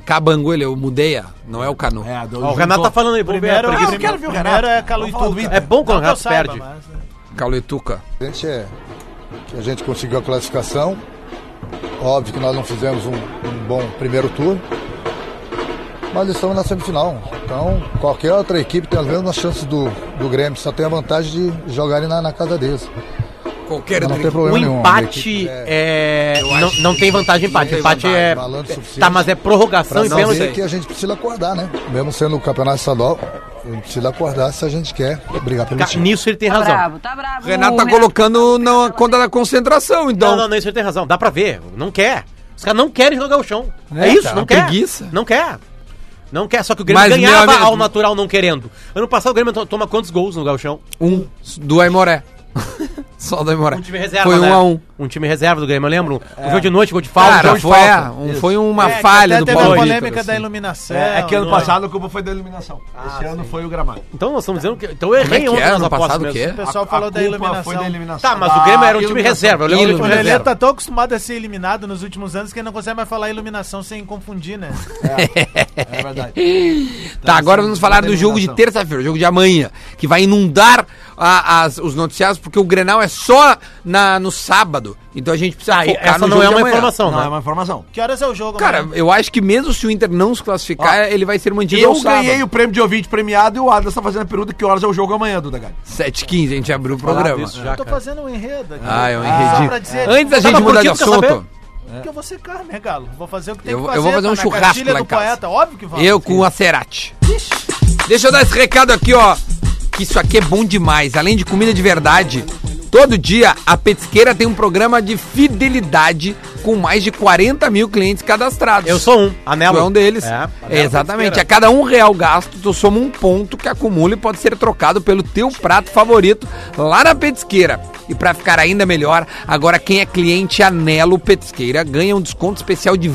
Speaker 1: Cabangu, ele, eu mudei a. Não é o Canu.
Speaker 2: É, do-
Speaker 4: Ó, o Renato tá falando aí, vamos ver a
Speaker 2: é
Speaker 5: Primeiro,
Speaker 2: um.
Speaker 4: preguiça.
Speaker 5: eu quero ver o primeiro é Caluituba.
Speaker 4: É bom quando o
Speaker 5: Não que eu
Speaker 4: Renato
Speaker 5: saiba,
Speaker 4: perde.
Speaker 5: mas-
Speaker 1: Cauletuca.
Speaker 7: importante é que a gente conseguiu a classificação. Óbvio que nós não fizemos um, um bom primeiro turno, mas estamos na semifinal. Então, qualquer outra equipe tem as mesmas chances do, do Grêmio, só tem a vantagem de jogarem na, na casa deles.
Speaker 1: Qualquer
Speaker 7: Mas não tem
Speaker 1: outro.
Speaker 7: problema
Speaker 4: O
Speaker 7: nenhum.
Speaker 4: empate é, não, não tem vantagem empate.
Speaker 7: tem
Speaker 4: Empate
Speaker 7: vantagem.
Speaker 4: é.
Speaker 7: Balanço suficiente
Speaker 4: Tá, mas é prorrogação
Speaker 7: Para
Speaker 4: e
Speaker 7: não
Speaker 4: pênalti.
Speaker 7: dizer que a gente precisa acordar, né? Mesmo sendo o campeonato estadual, a gente precisa acordar se a gente quer brigar pelo
Speaker 4: Ca-
Speaker 7: time.
Speaker 4: Nisso ele tem
Speaker 8: Tá
Speaker 4: razão.
Speaker 8: bravo, tá bravo.
Speaker 1: O Renato tá colocando na conta da concentração, então.
Speaker 4: Não, não, não, isso ele tem razão. Dá pra ver. Não quer. Os caras não querem jogar o chão. É,
Speaker 1: É,
Speaker 4: isso,
Speaker 1: cara,
Speaker 4: não
Speaker 1: uma
Speaker 4: quer.
Speaker 1: preguiça.
Speaker 4: Não quer. Não quer, só que o Grêmio
Speaker 1: Mas, meu
Speaker 4: ganhava
Speaker 1: amigo-
Speaker 4: ao natural não querendo. Ano passado o Grêmio to- toma quantos gols no Galchão?
Speaker 1: Um do Aimoré. Só do Aimoré.
Speaker 4: Um time reserva,
Speaker 1: Foi um
Speaker 4: né?
Speaker 1: a um. É.
Speaker 4: Um time reserva do Grêmio, eu lembro. Um jogo de noite, gol de falta,
Speaker 1: Cara,
Speaker 4: jogo de
Speaker 1: foi, é,
Speaker 4: falta.
Speaker 1: um- foi uma
Speaker 5: É, que
Speaker 1: falha
Speaker 5: até
Speaker 1: do
Speaker 5: teve
Speaker 1: Paulo
Speaker 5: a
Speaker 1: Vitor,
Speaker 5: polêmica
Speaker 1: assim.
Speaker 5: da né? iluminação.
Speaker 2: É, é que ano
Speaker 4: Não é.
Speaker 2: passado a culpa foi da eliminação. Esse ano foi o gramado.
Speaker 4: Então nós estamos dizendo que. Então eu
Speaker 1: Como é
Speaker 4: errei
Speaker 1: que
Speaker 4: ontem
Speaker 1: era
Speaker 4: nas
Speaker 1: no
Speaker 4: apostas
Speaker 1: passado o
Speaker 4: mesmo.
Speaker 1: quê?
Speaker 5: O pessoal
Speaker 2: A-
Speaker 5: falou
Speaker 2: a
Speaker 5: da
Speaker 2: culpa
Speaker 5: eliminação.
Speaker 2: foi da eliminação.
Speaker 4: Tá, mas o Grêmio era um time
Speaker 2: Iluminação.
Speaker 4: reserva. Eu lembro do
Speaker 5: O
Speaker 4: time
Speaker 1: Iluminação.
Speaker 5: Lelê
Speaker 4: reserva.
Speaker 5: tá tão acostumado a ser eliminado nos últimos anos que ele não consegue mais falar iluminação sem confundir, né?
Speaker 2: É verdade.
Speaker 1: Tá, agora vamos falar do jogo de
Speaker 2: eliminação.
Speaker 1: terça-feira, jogo de amanhã, que vai inundar a- as- os noticiários, porque o Grenal é só na, no sábado. Então a gente precisa
Speaker 4: Tá, e
Speaker 1: focar
Speaker 4: essa
Speaker 1: no
Speaker 4: não
Speaker 1: jogo
Speaker 4: é
Speaker 1: de
Speaker 4: uma
Speaker 1: amanhã.
Speaker 4: informação,
Speaker 2: Não, é
Speaker 4: né?
Speaker 2: uma informação.
Speaker 5: Que horas é o jogo,
Speaker 1: Cara, eu acho que mesmo se o Inter não se classificar, ele vai ser mantido
Speaker 2: Eu
Speaker 1: ao sábado.
Speaker 2: ganhei o prêmio de ouvinte premiado e o Adams tá fazendo a pergunta que horas é o jogo amanhã, Duda Galho.
Speaker 1: 7h15, a gente abriu o programa.
Speaker 4: disso
Speaker 5: Eu
Speaker 4: já,
Speaker 5: tô
Speaker 4: cara.
Speaker 5: fazendo um enredo aqui.
Speaker 1: Ah, eu
Speaker 5: Só pra
Speaker 1: entendi.
Speaker 5: dizer,
Speaker 1: Antes da
Speaker 4: Tá, mas
Speaker 1: gente
Speaker 4: por
Speaker 1: mudar
Speaker 4: que
Speaker 1: de
Speaker 4: tu quer
Speaker 1: assunto,
Speaker 5: Porque eu vou secar, né, Galo? Vou fazer o que tem
Speaker 1: Eu-
Speaker 5: que
Speaker 1: eu
Speaker 5: fazer. tá
Speaker 1: vou fazer um
Speaker 5: na
Speaker 1: churrasco
Speaker 5: cartilha
Speaker 1: lá em
Speaker 5: do
Speaker 1: casa.
Speaker 5: poeta, óbvio que vamos.
Speaker 1: eu com a Cerati. Deixa eu dar esse recado aqui, ó. Que isso aqui é bom demais. Além de comida de verdade, todo dia a Petisqueira tem um programa de fidelidade com mais de 40 mil clientes cadastrados.
Speaker 4: Eu sou um,
Speaker 1: Tu
Speaker 4: anelo.
Speaker 1: é um deles.
Speaker 4: É,
Speaker 1: É, exatamente. A cada um real gasto, tu soma um ponto que acumula e pode ser trocado pelo teu prato favorito lá na Petisqueira. E para ficar ainda melhor, agora quem é cliente Anelo Petisqueira ganha um desconto especial de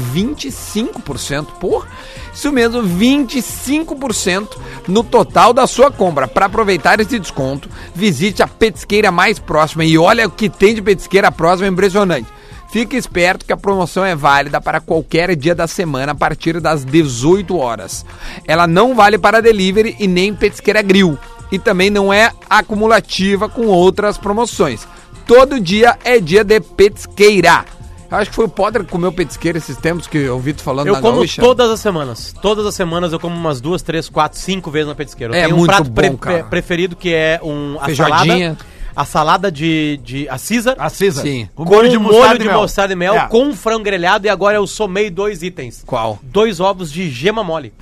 Speaker 1: 25%. Por isso mesmo, 25% no total da sua compra. Para aproveitar esse desconto, visite a petisqueira mais próxima e olha o que tem de petisqueira próxima, é impressionante. Fique esperto que a promoção é válida para qualquer dia da semana a partir das 18 horas. Ela não vale para delivery e nem petisqueira grill. E também não é acumulativa com outras promoções. Todo dia é dia de petisqueira. Eu acho que foi o Potter que comeu petisqueira esses tempos que eu ouvi tu falando
Speaker 4: Eu
Speaker 1: na
Speaker 4: como
Speaker 1: gaúcha.
Speaker 4: todas as semanas. Todas as semanas eu como umas duas, três, quatro, cinco vezes na petisqueira. Eu
Speaker 1: É
Speaker 4: tenho um
Speaker 1: muito
Speaker 4: prato
Speaker 1: bom,
Speaker 4: pre-
Speaker 1: cara.
Speaker 4: preferido que é um a
Speaker 1: Feijoadinha.
Speaker 4: salada, a salada de, de a Caesar.
Speaker 2: A Cisa.
Speaker 1: Sim.
Speaker 2: Com molho de mostarda e mel.
Speaker 4: um mostarda e mel,
Speaker 2: É.
Speaker 4: com frango grelhado e agora eu somei dois itens.
Speaker 1: Qual?
Speaker 4: Dois ovos de gema mole.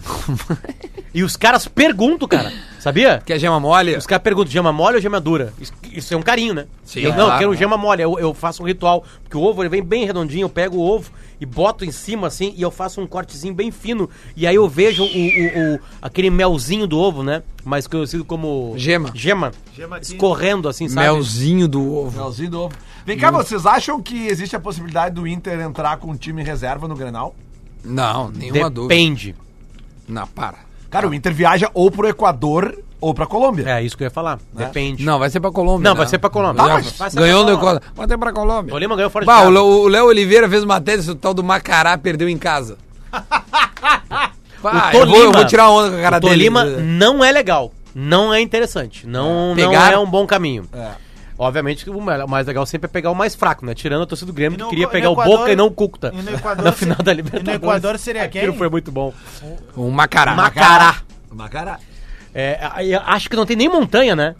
Speaker 4: e os caras perguntam, cara. Sabia?
Speaker 1: Que é gema mole?
Speaker 4: Os caras perguntam, gema mole ou gema dura? Isso, isso é um carinho, né?
Speaker 1: Sim,
Speaker 4: eu,
Speaker 1: é
Speaker 4: não,
Speaker 1: claro,
Speaker 4: eu quero
Speaker 1: né?
Speaker 4: gema mole. Eu, eu faço um ritual, porque o ovo ele vem bem redondinho, eu pego o ovo e boto em cima assim, e eu faço um cortezinho bem fino. E aí eu vejo o, o- o- aquele melzinho do ovo, né? Mais conhecido como.
Speaker 1: Gema.
Speaker 4: Gema. Escorrendo assim, sabe?
Speaker 1: Melzinho do ovo.
Speaker 2: Melzinho do ovo. Vem cá, vocês acham que existe a possibilidade do Inter entrar com um time reserva no Grenal?
Speaker 1: Não, nenhuma dúvida.
Speaker 4: Depende.
Speaker 1: Não, para.
Speaker 2: Cara, o Inter viaja ou pro Equador ou pra Colômbia.
Speaker 4: É isso que eu ia falar. Depende.
Speaker 1: Né? Não, vai ser pra Colômbia.
Speaker 4: Não, vai ser pra Colômbia.
Speaker 1: Ganhou-
Speaker 4: Ah, mas vai ser
Speaker 1: ganhou
Speaker 4: pra
Speaker 1: no
Speaker 4: Colômbia.
Speaker 1: Equador. Vai ser pra Colômbia.
Speaker 4: O Lima ganhou fora de
Speaker 1: Bah, o
Speaker 4: casa.
Speaker 1: Léo- o Léo Oliveira fez uma tese o tal do Macará perdeu em casa. Bah, Ah, eu, vou, eu vou tirar onda com a cara
Speaker 4: o Tolima
Speaker 1: dele. né?
Speaker 4: não é legal. Não é interessante. Não, não
Speaker 1: Pegaram?
Speaker 4: é um bom caminho. Obviamente, o ma- o mais legal sempre é pegar o mais fraco, né? Tirando a torcida do Grêmio,
Speaker 5: E
Speaker 4: que
Speaker 5: no-
Speaker 4: queria
Speaker 5: e no
Speaker 4: pegar o
Speaker 5: Equador-
Speaker 4: Boca e não o Cúcuta.
Speaker 5: e no Equador
Speaker 4: na
Speaker 5: se-
Speaker 4: final
Speaker 5: e
Speaker 4: da
Speaker 5: no
Speaker 4: Libertadores.
Speaker 5: Equador seria
Speaker 4: Aquilo
Speaker 5: quem?
Speaker 4: foi muito bom.
Speaker 1: Um macará.
Speaker 4: Macará.
Speaker 2: Macará.
Speaker 4: É, aí, acho que não tem nem montanha, né?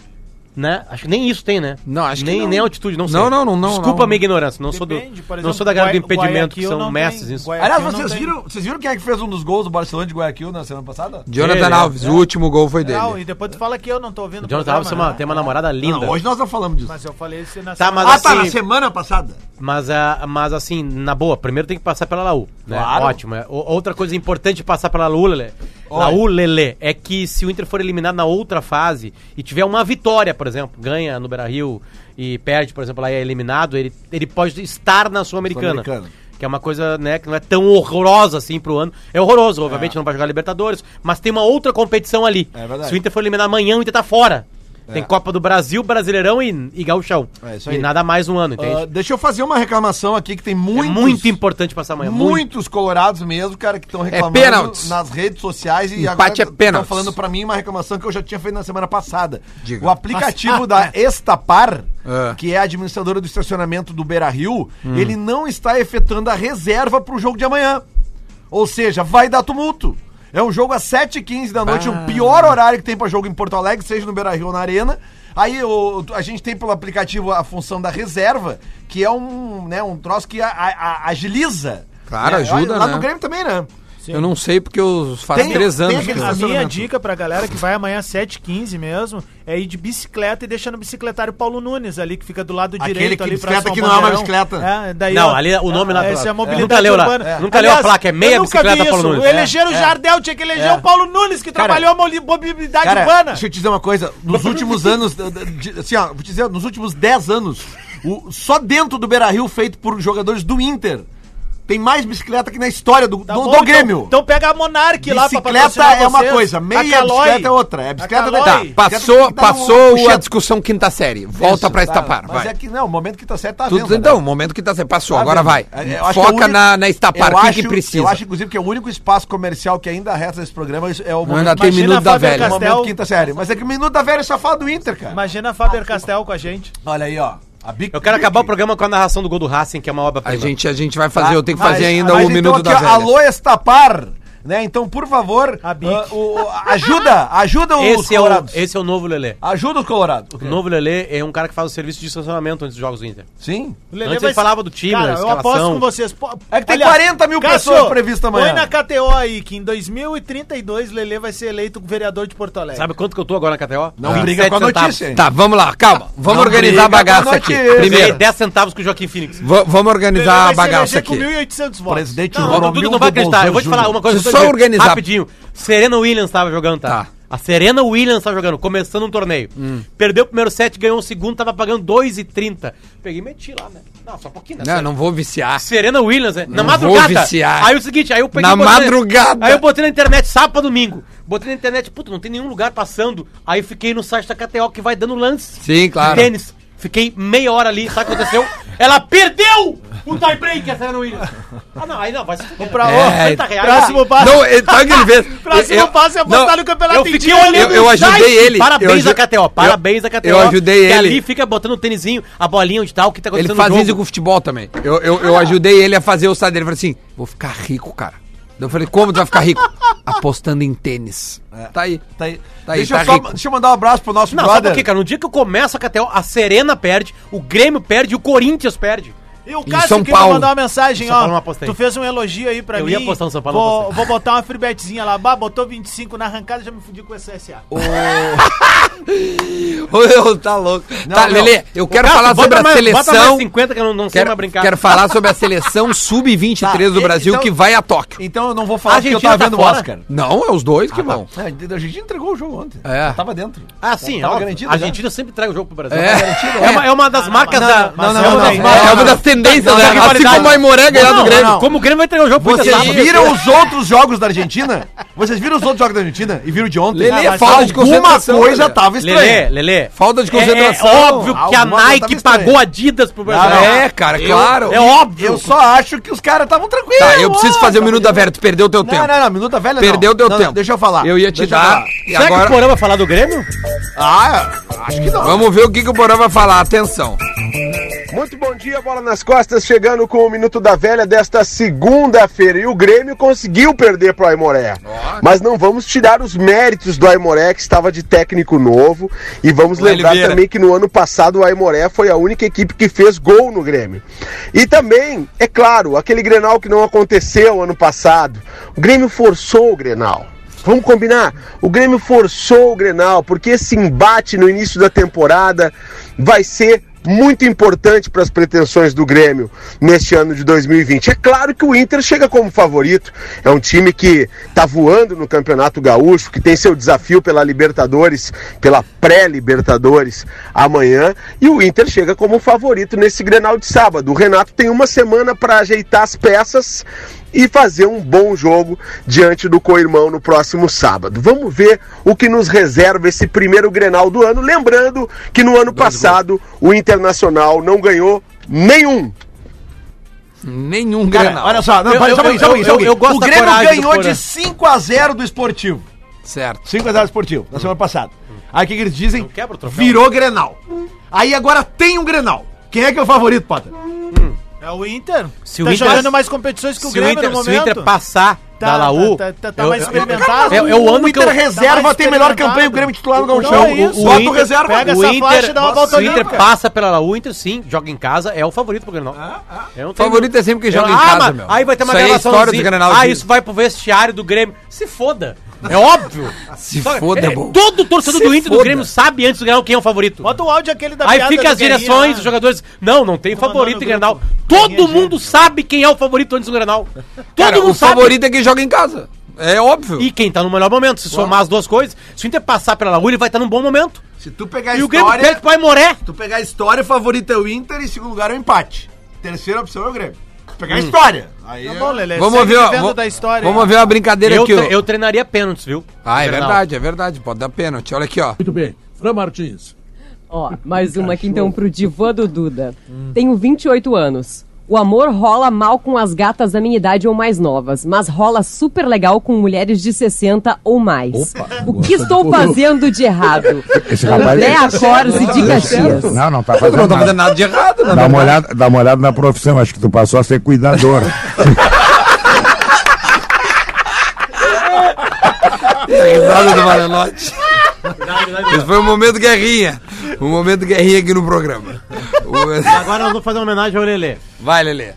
Speaker 4: Né? Acho que nem isso tem, né?
Speaker 1: Não, acho que
Speaker 4: nem,
Speaker 1: não.
Speaker 4: Nem altitude, não sei.
Speaker 1: Não, não, não, não,
Speaker 4: Desculpa
Speaker 1: não.
Speaker 4: a minha ignorância. Não sou, do,
Speaker 5: Depende, por
Speaker 4: não
Speaker 5: exemplo,
Speaker 4: sou da galera do
Speaker 5: Guaya-
Speaker 4: impedimento, que
Speaker 5: Guayaquil
Speaker 4: são
Speaker 5: não
Speaker 4: mestres
Speaker 5: tem-
Speaker 4: nisso.
Speaker 5: Guayaquil
Speaker 2: Aliás,
Speaker 5: não
Speaker 2: vocês
Speaker 5: tem.
Speaker 2: viram, vocês viram quem é que fez um dos gols do Barcelona de Guayaquil na semana passada?
Speaker 1: Jonathan
Speaker 4: Ele,
Speaker 1: Alves,
Speaker 2: é.
Speaker 1: o último gol foi dele.
Speaker 5: Não, e depois tu fala que eu não tô ouvindo o
Speaker 4: Jonathan
Speaker 5: programa,
Speaker 4: Alves tem uma,
Speaker 5: né?
Speaker 4: tem uma namorada linda.
Speaker 2: Não, hoje nós não falamos disso. Ah,
Speaker 5: Mas eu falei isso na
Speaker 4: Tá,
Speaker 5: semana-
Speaker 4: mas assim,
Speaker 2: semana passada.
Speaker 4: Mas, ah, mas assim, na boa, primeiro tem que passar pela Laú. Né?
Speaker 2: Claro.
Speaker 4: Ótimo. é. O- outra coisa importante de passar pela Laú, Lelê, Laú, Lelê, é que se o Inter for eliminado na outra fase e tiver uma vitória, por exemplo, ganha no Beira-Rio e perde, por exemplo, lá e é eliminado, ele, ele pode estar na Sul-Americana.
Speaker 2: Sul-Americana.
Speaker 4: que é uma coisa, né, que não é tão horrorosa assim pro ano. É horroroso, obviamente, não vai jogar Libertadores, mas tem uma outra competição ali.
Speaker 2: É verdade.
Speaker 4: Se o Inter for eliminar amanhã, o Inter tá fora. Tem Copa do Brasil, Brasileirão e, e Gauchão.
Speaker 2: É, isso
Speaker 4: E
Speaker 2: aí.
Speaker 4: nada mais um ano, entende?
Speaker 2: Ah, deixa eu fazer uma reclamação aqui que tem muitos,
Speaker 4: é muito importante passar amanhã. Muito.
Speaker 2: muitos colorados mesmo, cara, que estão reclamando
Speaker 1: pênaltis.
Speaker 2: nas redes sociais e
Speaker 1: Empate é
Speaker 2: estão
Speaker 1: pênaltis.
Speaker 2: falando pra mim uma reclamação que eu já tinha feito na semana passada.
Speaker 1: Diga.
Speaker 2: O aplicativo da Estapar,
Speaker 1: É.
Speaker 2: que é a administradora do estacionamento do Beira Rio, ele não está efetuando a reserva pro jogo de amanhã. Ou seja, vai dar tumulto. É um jogo às 7h15 da noite,
Speaker 1: Ah.
Speaker 2: o pior horário que tem pra jogo em Porto Alegre, seja no Beira Rio ou na Arena. Aí o- a gente tem pelo aplicativo a função da reserva, que é um, né, um troço que a- a- a- agiliza.
Speaker 1: Claro,
Speaker 2: Né?
Speaker 1: ajuda,
Speaker 2: Lá
Speaker 1: né?
Speaker 2: no Grêmio também, né?
Speaker 1: Eu não sei porque eu faz
Speaker 2: Tem-
Speaker 1: três
Speaker 2: tem
Speaker 1: anos.
Speaker 2: aquele-
Speaker 1: que eu-
Speaker 5: A minha
Speaker 2: estacionamento.
Speaker 5: dica pra galera que vai amanhã às 7h15 mesmo é ir de bicicleta e deixar no bicicletário Paulo Nunes ali, que fica do lado
Speaker 2: Aquele
Speaker 5: direito
Speaker 2: que
Speaker 5: ali
Speaker 2: bicicleta
Speaker 5: São
Speaker 2: que não é uma
Speaker 5: Bandeirão.
Speaker 2: bicicleta.
Speaker 5: É, daí,
Speaker 4: Não,
Speaker 5: ó,
Speaker 4: ali o nome lá do
Speaker 5: Essa é a
Speaker 4: lado.
Speaker 5: mobilidade
Speaker 4: Nunca leu lá.
Speaker 5: urbana.
Speaker 4: É. Nunca leu a placa, é meia
Speaker 5: eu nunca
Speaker 4: bicicleta
Speaker 5: vi
Speaker 4: Paulo
Speaker 5: isso.
Speaker 4: Nunes. É.
Speaker 5: Elegeram o Jardel, tinha que eleger o Paulo Nunes, que trabalhou a moli- mobilidade
Speaker 2: Cara,
Speaker 5: urbana.
Speaker 2: deixa eu te dizer uma coisa. Nos últimos anos, d- d- de- assim, ó, vou te dizer, nos últimos 10 anos, o- só dentro do Beira Rio, feito por jogadores do Inter, tem mais bicicleta que na história do,
Speaker 5: Tá
Speaker 2: do-
Speaker 5: bom,
Speaker 2: do
Speaker 5: então-
Speaker 2: Grêmio.
Speaker 5: Então, pega a Monark lá pra
Speaker 2: bicicleta
Speaker 5: patrocinar
Speaker 2: é uma
Speaker 5: vocês.
Speaker 2: coisa,
Speaker 5: A
Speaker 2: meia
Speaker 5: Caloi.
Speaker 2: bicicleta é outra. É bicicleta
Speaker 5: A
Speaker 2: da
Speaker 1: Tá,
Speaker 5: Caloi.
Speaker 1: passou,
Speaker 2: Quero dar um
Speaker 1: passou a
Speaker 2: puxado.
Speaker 1: discussão quinta série. Volta pra estapar,
Speaker 2: Mas
Speaker 1: vai.
Speaker 2: é que não, o momento que tá certo tá
Speaker 1: Tudo-
Speaker 2: vendo, né?
Speaker 1: então, o momento que tá certo passou,
Speaker 2: Tá
Speaker 1: agora
Speaker 2: vendo?
Speaker 1: vai.
Speaker 2: É, eu acho que é o
Speaker 1: Foca
Speaker 2: único-
Speaker 1: na, na estapar,
Speaker 2: eu
Speaker 1: o que,
Speaker 2: acho-
Speaker 1: que precisa.
Speaker 2: Eu acho, inclusive, que é o único espaço comercial que ainda resta desse programa é o momento,
Speaker 1: ainda tem
Speaker 5: Imagina
Speaker 1: minuto
Speaker 5: a
Speaker 1: da
Speaker 5: Fábio
Speaker 1: velha.
Speaker 5: Castel-
Speaker 2: momento quinta série. Mas é que o Minuto da Velha só fala do Inter, cara.
Speaker 5: Imagina a Faber Castel com a gente.
Speaker 2: Olha aí, ó. A Bic-
Speaker 4: Eu quero acabar o
Speaker 2: Bic.
Speaker 4: programa com a narração do gol do Racing, que é uma obra
Speaker 1: A
Speaker 4: prima.
Speaker 1: gente, a gente vai fazer,
Speaker 2: Tá,
Speaker 1: eu tenho que
Speaker 2: mas-
Speaker 1: fazer ainda o
Speaker 2: mas então
Speaker 1: minuto
Speaker 2: aqui,
Speaker 1: da
Speaker 2: ó,
Speaker 1: velha.
Speaker 2: Alô, Estapar, né? Então, por favor,
Speaker 5: A Bic.
Speaker 2: ah, o- o- ajuda, ajuda os
Speaker 4: Esse é, o,
Speaker 2: colorados.
Speaker 4: esse é o novo Lelê.
Speaker 2: Ajuda os colorados.
Speaker 4: O novo Lelê é um cara que faz o serviço de estacionamento antes dos jogos do Inter.
Speaker 2: Sim.
Speaker 5: O Lelê
Speaker 4: Antes
Speaker 5: vai
Speaker 4: ele
Speaker 5: ser-
Speaker 4: falava do time, da
Speaker 5: Cara, eu
Speaker 4: escalação.
Speaker 5: aposto com vocês. Pô,
Speaker 2: É que tem 40 mil pessoas previstas amanhã.
Speaker 5: Põe na KTO aí que em 2032 Lelê vai ser eleito vereador de Porto
Speaker 2: É.
Speaker 5: Alegre.
Speaker 4: Sabe quanto que eu tô agora na KTO?
Speaker 2: Não
Speaker 4: 27
Speaker 2: briga com a
Speaker 4: centavos.
Speaker 2: notícia, hein?
Speaker 1: Tá, vamos lá, calma. Vamos
Speaker 2: Não
Speaker 1: organizar a
Speaker 2: briga com
Speaker 1: bagaça
Speaker 2: a
Speaker 1: aqui.
Speaker 2: notícia.
Speaker 4: Eu ganhei
Speaker 1: Primeiro,
Speaker 4: 10 centavos com o Joaquim Phoenix.
Speaker 1: va- vamos
Speaker 5: Lelê
Speaker 1: organizar a
Speaker 5: vai se
Speaker 1: bagaça
Speaker 5: eleger
Speaker 1: aqui.
Speaker 5: com 1.800 votos.
Speaker 2: Presidente
Speaker 5: Não,
Speaker 4: Não, não, Dudu não vai acreditar. Eu vou te falar uma coisa.
Speaker 1: Deixa eu
Speaker 4: tô
Speaker 1: só
Speaker 4: dizendo,
Speaker 1: organizar.
Speaker 4: Rapidinho. Serena Williams tava jogando, tá?
Speaker 1: Tá.
Speaker 4: A Serena Williams tava jogando, começando um torneio. Perdeu o primeiro set, ganhou o segundo, tava pagando 2,30. Peguei e meti lá, né? Não, só um pouquinho, né?
Speaker 1: Não, não vou viciar.
Speaker 4: Serena Williams, né? Na
Speaker 1: Não
Speaker 4: madrugada.
Speaker 1: vou viciar.
Speaker 4: Aí o seguinte, aí eu peguei.
Speaker 1: Na
Speaker 4: e botei-
Speaker 1: madrugada.
Speaker 4: Aí eu botei na internet, sábado pra domingo. Botei na internet, puta, não tem nenhum lugar passando. Aí fiquei no site da KTO que vai dando lance.
Speaker 1: Sim, claro.
Speaker 4: Tênis. Fiquei meia hora ali, sabe o que aconteceu? Ela perdeu o tie-break, a Serena Williams. Ah, não, aí não, vai se fuder.
Speaker 5: Pra,
Speaker 1: É,
Speaker 5: ô,
Speaker 4: tá
Speaker 5: 50 reais.
Speaker 1: próximo passo. Não, é, sabe o que ele fez?
Speaker 5: Próximo
Speaker 1: Eu-
Speaker 5: passo é apostar
Speaker 1: não,
Speaker 5: no campeonato
Speaker 4: eu fiquei
Speaker 5: indiano.
Speaker 4: olhando
Speaker 1: Eu- eu
Speaker 4: o
Speaker 1: ajudei
Speaker 4: site.
Speaker 1: ele.
Speaker 4: Parabéns
Speaker 1: Eu
Speaker 4: a
Speaker 1: aju-
Speaker 4: KTO, parabéns a KTO.
Speaker 1: eu ajudei
Speaker 4: que
Speaker 1: ele.
Speaker 4: ali fica botando o tênisinho, a bolinha onde tá, o que tá
Speaker 1: Ele
Speaker 4: acontecendo
Speaker 1: faz
Speaker 4: no
Speaker 1: isso com o futebol também. Eu, eu, eu ajudei ele a fazer o site dele. Ele falou assim: vou ficar rico, cara. Eu falei, como tu vai ficar rico? Apostando em tênis. Tá aí.
Speaker 2: Tá aí.
Speaker 1: Tá aí,
Speaker 2: deixa,
Speaker 1: tá
Speaker 2: eu só,
Speaker 1: rico.
Speaker 2: deixa eu mandar um abraço pro nosso
Speaker 4: Não, sabe
Speaker 2: brother.
Speaker 4: por quê, cara? No dia que eu começo a KTO, a Serena perde, o Grêmio perde e o Corinthians perde.
Speaker 5: E o
Speaker 1: Em
Speaker 5: Cássio
Speaker 1: São
Speaker 5: queria
Speaker 1: Paulo.
Speaker 5: mandar uma mensagem,
Speaker 4: Em São Paulo não
Speaker 5: ó.
Speaker 4: apostei.
Speaker 5: Tu fez um elogio aí pra
Speaker 4: Eu
Speaker 5: mim.
Speaker 4: ia apostar no São Paulo, não
Speaker 5: Vou,
Speaker 4: apostei.
Speaker 5: vou botar uma free betzinha lá. Bah, botou 25 na arrancada, já me fudi com esse SA.
Speaker 1: Ô, eu- tá louco. tá,
Speaker 2: não.
Speaker 1: Lelê, eu quero
Speaker 4: Cássio,
Speaker 1: falar
Speaker 4: bota
Speaker 1: sobre a
Speaker 4: mais- bota mais
Speaker 1: seleção.
Speaker 4: 50 que eu não, não sei mais
Speaker 1: Quero,
Speaker 4: brincar.
Speaker 1: quero falar sobre a seleção sub-23 do
Speaker 2: Tá,
Speaker 1: Brasil
Speaker 2: então-
Speaker 1: que vai a Tóquio.
Speaker 2: Então eu não vou falar
Speaker 4: A
Speaker 2: porque eu
Speaker 4: Argentina
Speaker 2: tava
Speaker 4: tá
Speaker 2: vendo o
Speaker 4: fora?
Speaker 2: Oscar.
Speaker 1: Não, é os dois que vão.
Speaker 2: É, a gente entregou o jogo ontem.
Speaker 1: É.
Speaker 2: Eu tava dentro.
Speaker 4: Ah, sim,
Speaker 2: Tava
Speaker 4: óbvio.
Speaker 2: garantido
Speaker 4: a
Speaker 2: já.
Speaker 4: Argentina sempre traz o jogo pro Brasil.
Speaker 1: É.
Speaker 4: tá É, uma, é uma das marcas
Speaker 5: Ah, não,
Speaker 4: da.
Speaker 5: não, mas
Speaker 4: é uma
Speaker 5: não,
Speaker 4: das
Speaker 5: não, É
Speaker 4: marcas
Speaker 5: não,
Speaker 1: É uma das tendência,
Speaker 4: Não,
Speaker 1: né?
Speaker 4: da
Speaker 1: Assim
Speaker 4: rivalidade.
Speaker 1: como o Aimoré ganhar
Speaker 4: Não,
Speaker 1: do
Speaker 4: não,
Speaker 1: Grêmio.
Speaker 4: não. Como o Grêmio vai entregar o jogo pro
Speaker 2: Vocês
Speaker 4: Inter sábado.
Speaker 2: viram os outros jogos da Argentina? Vocês viram os outros jogos da Argentina? E viram de ontem?
Speaker 1: Lelê,
Speaker 2: Ah, mas
Speaker 1: falta de
Speaker 2: alguma
Speaker 1: concentração,
Speaker 2: coisa
Speaker 1: Lelê.
Speaker 2: tava
Speaker 4: Lelê,
Speaker 2: estranha.
Speaker 4: Lelê.
Speaker 1: É Falta de
Speaker 4: É-
Speaker 1: concentração. tá
Speaker 4: É, óbvio que a
Speaker 2: Alguma coisa tava
Speaker 4: Nike
Speaker 2: estranha.
Speaker 4: pagou Adidas pro Brasil.
Speaker 1: Ah, é, cara, claro.
Speaker 4: É óbvio.
Speaker 2: Eu só acho que os caras estavam tranquilos.
Speaker 1: Tá, eu preciso fazer o
Speaker 2: ó,
Speaker 1: minuto da velha. Tu perdeu o teu
Speaker 2: Não,
Speaker 1: tempo.
Speaker 2: não, não, minuta velha
Speaker 1: Perdeu
Speaker 2: não.
Speaker 1: o teu
Speaker 2: Não, não,
Speaker 1: tempo.
Speaker 2: deixa eu falar.
Speaker 1: Eu ia te
Speaker 2: Deixa eu
Speaker 1: dar.
Speaker 2: falar.
Speaker 1: E
Speaker 4: Será que o
Speaker 1: agora.
Speaker 4: Porã vai falar do Grêmio?
Speaker 2: Ah, acho que não.
Speaker 1: Vamos ver o que, que o Porã vai falar. Atenção.
Speaker 8: Muito bom dia, bola nas costas, chegando com o Minuto da Velha desta segunda-feira. E o Grêmio conseguiu perder para o Aimoré. Mas não vamos tirar os méritos do Aimoré, que estava de técnico novo. E vamos lembrar
Speaker 1: Oliveira.
Speaker 8: também que no ano passado o Aimoré foi a única equipe que fez gol no Grêmio. E também, é claro, aquele Grenal que não aconteceu ano passado. O Grêmio forçou o Grenal. Vamos combinar? O Grêmio forçou o Grenal, porque esse embate no início da temporada vai ser muito importante para as pretensões do Grêmio neste ano de 2020. É claro que o Inter chega como favorito, é um time que está voando no Campeonato Gaúcho, que tem seu desafio pela Libertadores, pela pré-Libertadores amanhã, e o Inter chega como favorito nesse Grenal de sábado. O Renato tem uma semana para ajeitar as peças e fazer um bom jogo diante do Coirmão no próximo sábado. Vamos ver o que nos reserva esse primeiro Grenal do ano, lembrando que no ano passado o Internacional não ganhou nenhum.
Speaker 1: Nenhum
Speaker 2: Cara,
Speaker 1: Grenal.
Speaker 2: olha só, não,
Speaker 4: Eu-
Speaker 2: pera,
Speaker 4: eu-
Speaker 2: só um pouquinho, só um
Speaker 4: eu-
Speaker 2: pouquinho, só um
Speaker 4: eu-
Speaker 2: pouquinho.
Speaker 4: eu gosto
Speaker 2: o
Speaker 4: da
Speaker 2: Grêmio
Speaker 4: coragem do
Speaker 2: ganhou
Speaker 4: Porã.
Speaker 2: de 5 a 0 do Esportivo.
Speaker 1: Certo.
Speaker 2: 5 a 0 do Esportivo, na semana passada. Aí o que, que eles dizem?
Speaker 4: quebra o troféu.
Speaker 2: Virou Grenal. Aí agora tem um Grenal. Quem é que é o favorito, Potter?
Speaker 5: É o Inter.
Speaker 4: Se
Speaker 5: tá
Speaker 4: o Inter-
Speaker 5: jogando mais competições que o
Speaker 4: Se o
Speaker 5: Grêmio
Speaker 4: Inter,
Speaker 5: no
Speaker 4: se o Inter
Speaker 5: momento.
Speaker 4: passar
Speaker 5: Tá-
Speaker 4: da Laú...
Speaker 5: tá- tá- tá
Speaker 4: eu-
Speaker 5: mais
Speaker 4: eu-
Speaker 5: experimentado.
Speaker 4: É, é o ano
Speaker 2: O
Speaker 4: que eu...
Speaker 2: Inter um reserva
Speaker 5: mais
Speaker 2: tem melhor campanha
Speaker 5: experimentado.
Speaker 2: o Grêmio titular no
Speaker 5: Não,
Speaker 2: Gauchão.
Speaker 5: é isso.
Speaker 2: Bota o
Speaker 4: Inter-
Speaker 2: reserva.
Speaker 5: pega
Speaker 4: o
Speaker 5: essa flecha
Speaker 4: Inter,
Speaker 5: e dá uma
Speaker 4: Nossa,
Speaker 5: volta
Speaker 4: o Inter
Speaker 5: olímpica.
Speaker 4: passa pela Laú, o Inter sim, joga em casa, é o favorito pro Grenal.
Speaker 5: Ah,
Speaker 4: Eu não tenho-
Speaker 1: Favorito é sempre que joga
Speaker 4: Eu- Ah,
Speaker 1: em casa,
Speaker 4: mas
Speaker 1: meu.
Speaker 4: Aí vai ter uma
Speaker 1: Isso aí é
Speaker 4: gravação.
Speaker 1: história do Grenal
Speaker 4: Ah,
Speaker 1: de-
Speaker 4: isso vai pro vestiário do Grêmio. Se foda. É óbvio.
Speaker 1: Se
Speaker 4: Sabe?
Speaker 1: foda,
Speaker 4: É,
Speaker 1: é bom.
Speaker 4: Todo torcedor
Speaker 1: Se
Speaker 4: do Inter e
Speaker 1: foda.
Speaker 4: do Grêmio sabe antes do Grenal quem é o favorito.
Speaker 5: Bota o áudio aquele da
Speaker 4: Aí
Speaker 5: piada
Speaker 4: fica
Speaker 5: do
Speaker 4: as
Speaker 5: Guerrinha né?
Speaker 4: direções,
Speaker 5: lá.
Speaker 4: os jogadores. Não, não tem favorito em Grenal.
Speaker 5: mandando grupo.
Speaker 4: Todo
Speaker 5: Guerrinha
Speaker 4: mundo sabe quem é o favorito antes do Grenal. Todo
Speaker 1: Cara,
Speaker 4: mundo
Speaker 1: o
Speaker 4: sabe.
Speaker 1: favorito é quem joga em casa. É óbvio.
Speaker 4: E quem tá no melhor momento, se somar as duas coisas, se o Inter passar pela Laú, ele vai estar num bom momento.
Speaker 2: Se tu pegar a
Speaker 4: E o Grêmio
Speaker 2: história,
Speaker 4: perde pro Aimoré.
Speaker 2: tu pegar a história, o favorito é o Inter e segundo lugar é o empate. Terceira opção é o Grêmio. Se pegar a história. Aí
Speaker 5: Tá
Speaker 2: é-
Speaker 5: bom, Lelê,
Speaker 1: Vamos
Speaker 5: segue
Speaker 1: ver, ó,
Speaker 5: vivendo
Speaker 1: vo-
Speaker 5: da história.
Speaker 1: vamos ver a brincadeira
Speaker 4: Eu,
Speaker 1: aqui, ó.
Speaker 4: tre- eu treinaria pênaltis, viu?
Speaker 1: Ah, é
Speaker 4: Grenal.
Speaker 1: verdade, é verdade. Pode dar pênalti. Olha aqui, ó.
Speaker 6: Muito bem. Fran Martins.
Speaker 9: Ó, mais uma aqui então pro Divã do Duda.
Speaker 10: Hum.
Speaker 9: Tenho 28 anos. O amor rola mal com as gatas da minha idade ou mais novas, mas rola super legal com mulheres de 60 ou mais. O que estou fazendo de errado?
Speaker 10: Esse rapaz- é
Speaker 9: André Acorce de Caxias.
Speaker 10: Não, não tá fazendo
Speaker 1: Não tá
Speaker 10: nada.
Speaker 1: fazendo nada de errado, né?
Speaker 10: Dá uma, olhada, dá uma olhada na profissão, acho que tu passou a ser cuidador.
Speaker 1: É Risada do Maranotti. Esse foi o momento guerrinha. O momento guerrinha aqui no programa. O-
Speaker 4: Agora nós vamos fazer uma homenagem ao Lelê.
Speaker 1: Vai, Lelê.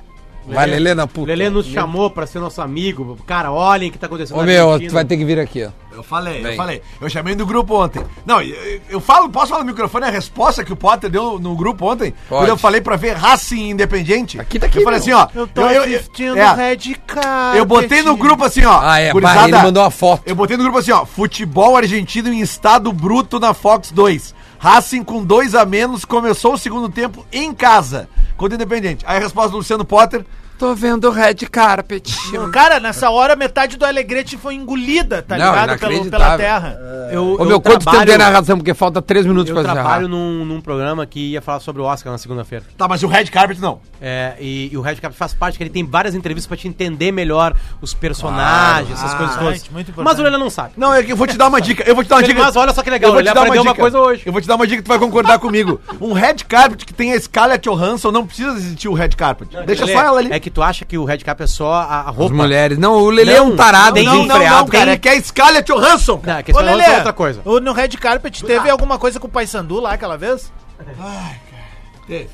Speaker 1: Vai, Lelê na puta.
Speaker 4: Lelê nos chamou pra ser nosso amigo. Cara, olhem o que tá acontecendo.
Speaker 1: Ô
Speaker 4: na
Speaker 1: meu,
Speaker 4: Argentina.
Speaker 1: tu vai ter que vir aqui, ó.
Speaker 2: Eu falei,
Speaker 1: Bem.
Speaker 2: eu falei. Eu chamei do grupo ontem. Não, eu, eu- eu falo, posso falar no microfone a resposta que o Potter deu no grupo ontem?
Speaker 1: Pode.
Speaker 2: Quando eu falei pra ver Racing Independente.
Speaker 1: Aqui tá aqui,
Speaker 2: Eu falei assim,
Speaker 1: meu.
Speaker 2: ó.
Speaker 5: Eu tô
Speaker 2: eu,
Speaker 5: assistindo
Speaker 2: é,
Speaker 5: Red Card.
Speaker 2: eu botei no grupo assim, ó.
Speaker 1: Ah, é,
Speaker 2: gurizada,
Speaker 1: pá, ele mandou uma foto.
Speaker 2: Eu botei no grupo assim, ó. Futebol argentino em estado bruto na Fox 2. Racing com dois a menos começou o segundo tempo em casa. Contra o Independente. Aí a resposta do Luciano Potter.
Speaker 1: Tô vendo red carpet.
Speaker 5: Cara, nessa hora metade do Alegrete foi engolida, tá
Speaker 1: Não,
Speaker 5: ligado? Pelo,
Speaker 1: inacreditável. É.
Speaker 5: pela terra.
Speaker 4: Eu,
Speaker 1: Ô
Speaker 4: eu
Speaker 1: meu, quanto tempo
Speaker 4: trabalho-
Speaker 1: tem na razão? Porque falta três minutos
Speaker 4: Eu
Speaker 1: pra encerrar.
Speaker 4: trabalho num, num programa que ia falar sobre o Oscar na segunda-feira.
Speaker 2: Tá, mas o Red Carpet não.
Speaker 4: É, e, e o Red Cap faz parte, que ele tem várias entrevistas pra te entender melhor os personagens, essas coisas todas.
Speaker 5: importante, muito importante.
Speaker 4: Mas o Lelê não sabe.
Speaker 2: Não, é eu, eu vou te dar uma dica. Eu vou te dar uma dica.
Speaker 4: Mas olha só que legal,
Speaker 2: eu vou
Speaker 4: ele
Speaker 2: te dar
Speaker 4: aprendeu
Speaker 2: uma,
Speaker 4: uma
Speaker 2: dica.
Speaker 4: coisa hoje.
Speaker 2: Eu vou te dar uma dica que tu vai concordar comigo. Um red carpet que tem a Scarlett Johansson não precisa existir o red carpet. Deixa
Speaker 4: Lelê,
Speaker 2: só ela ali.
Speaker 4: É que tu acha que o Red Cap é só a, a
Speaker 1: As
Speaker 4: roupa.
Speaker 1: mulheres. Não, o Lelê é um
Speaker 4: Não,
Speaker 1: tarado.
Speaker 4: tem
Speaker 1: hein?
Speaker 4: que frear,
Speaker 2: cara,
Speaker 4: tem-
Speaker 2: é que é a Scarlett Johansson.
Speaker 4: Não, é que
Speaker 5: Ô,
Speaker 4: esse
Speaker 5: Lelê,
Speaker 4: é outra coisa.
Speaker 5: o- no Red Carpet teve alguma coisa com o Paysandu lá aquela vez?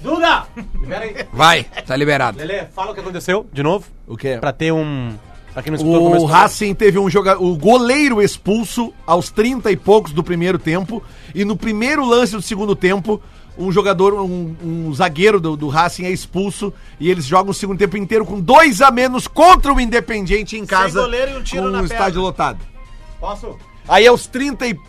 Speaker 4: Duda! Libera aí.
Speaker 1: Vai, tá liberado.
Speaker 4: Lelê, fala o que aconteceu, de novo,
Speaker 2: O quê?
Speaker 4: pra ter um... Pra quem não escutou
Speaker 2: O
Speaker 4: começo do-
Speaker 2: Racing teve um jogador, o goleiro expulso aos 30 e poucos do primeiro tempo. E no primeiro lance do segundo tempo, um jogador, um, um zagueiro do, do Racing é expulso. E eles jogam o segundo tempo inteiro com dois a menos contra o Independiente em casa.
Speaker 5: goleiro e um tiro
Speaker 2: com
Speaker 5: na
Speaker 2: um
Speaker 5: perna.
Speaker 2: estádio lotado.
Speaker 4: Posso?
Speaker 2: Aí aos 35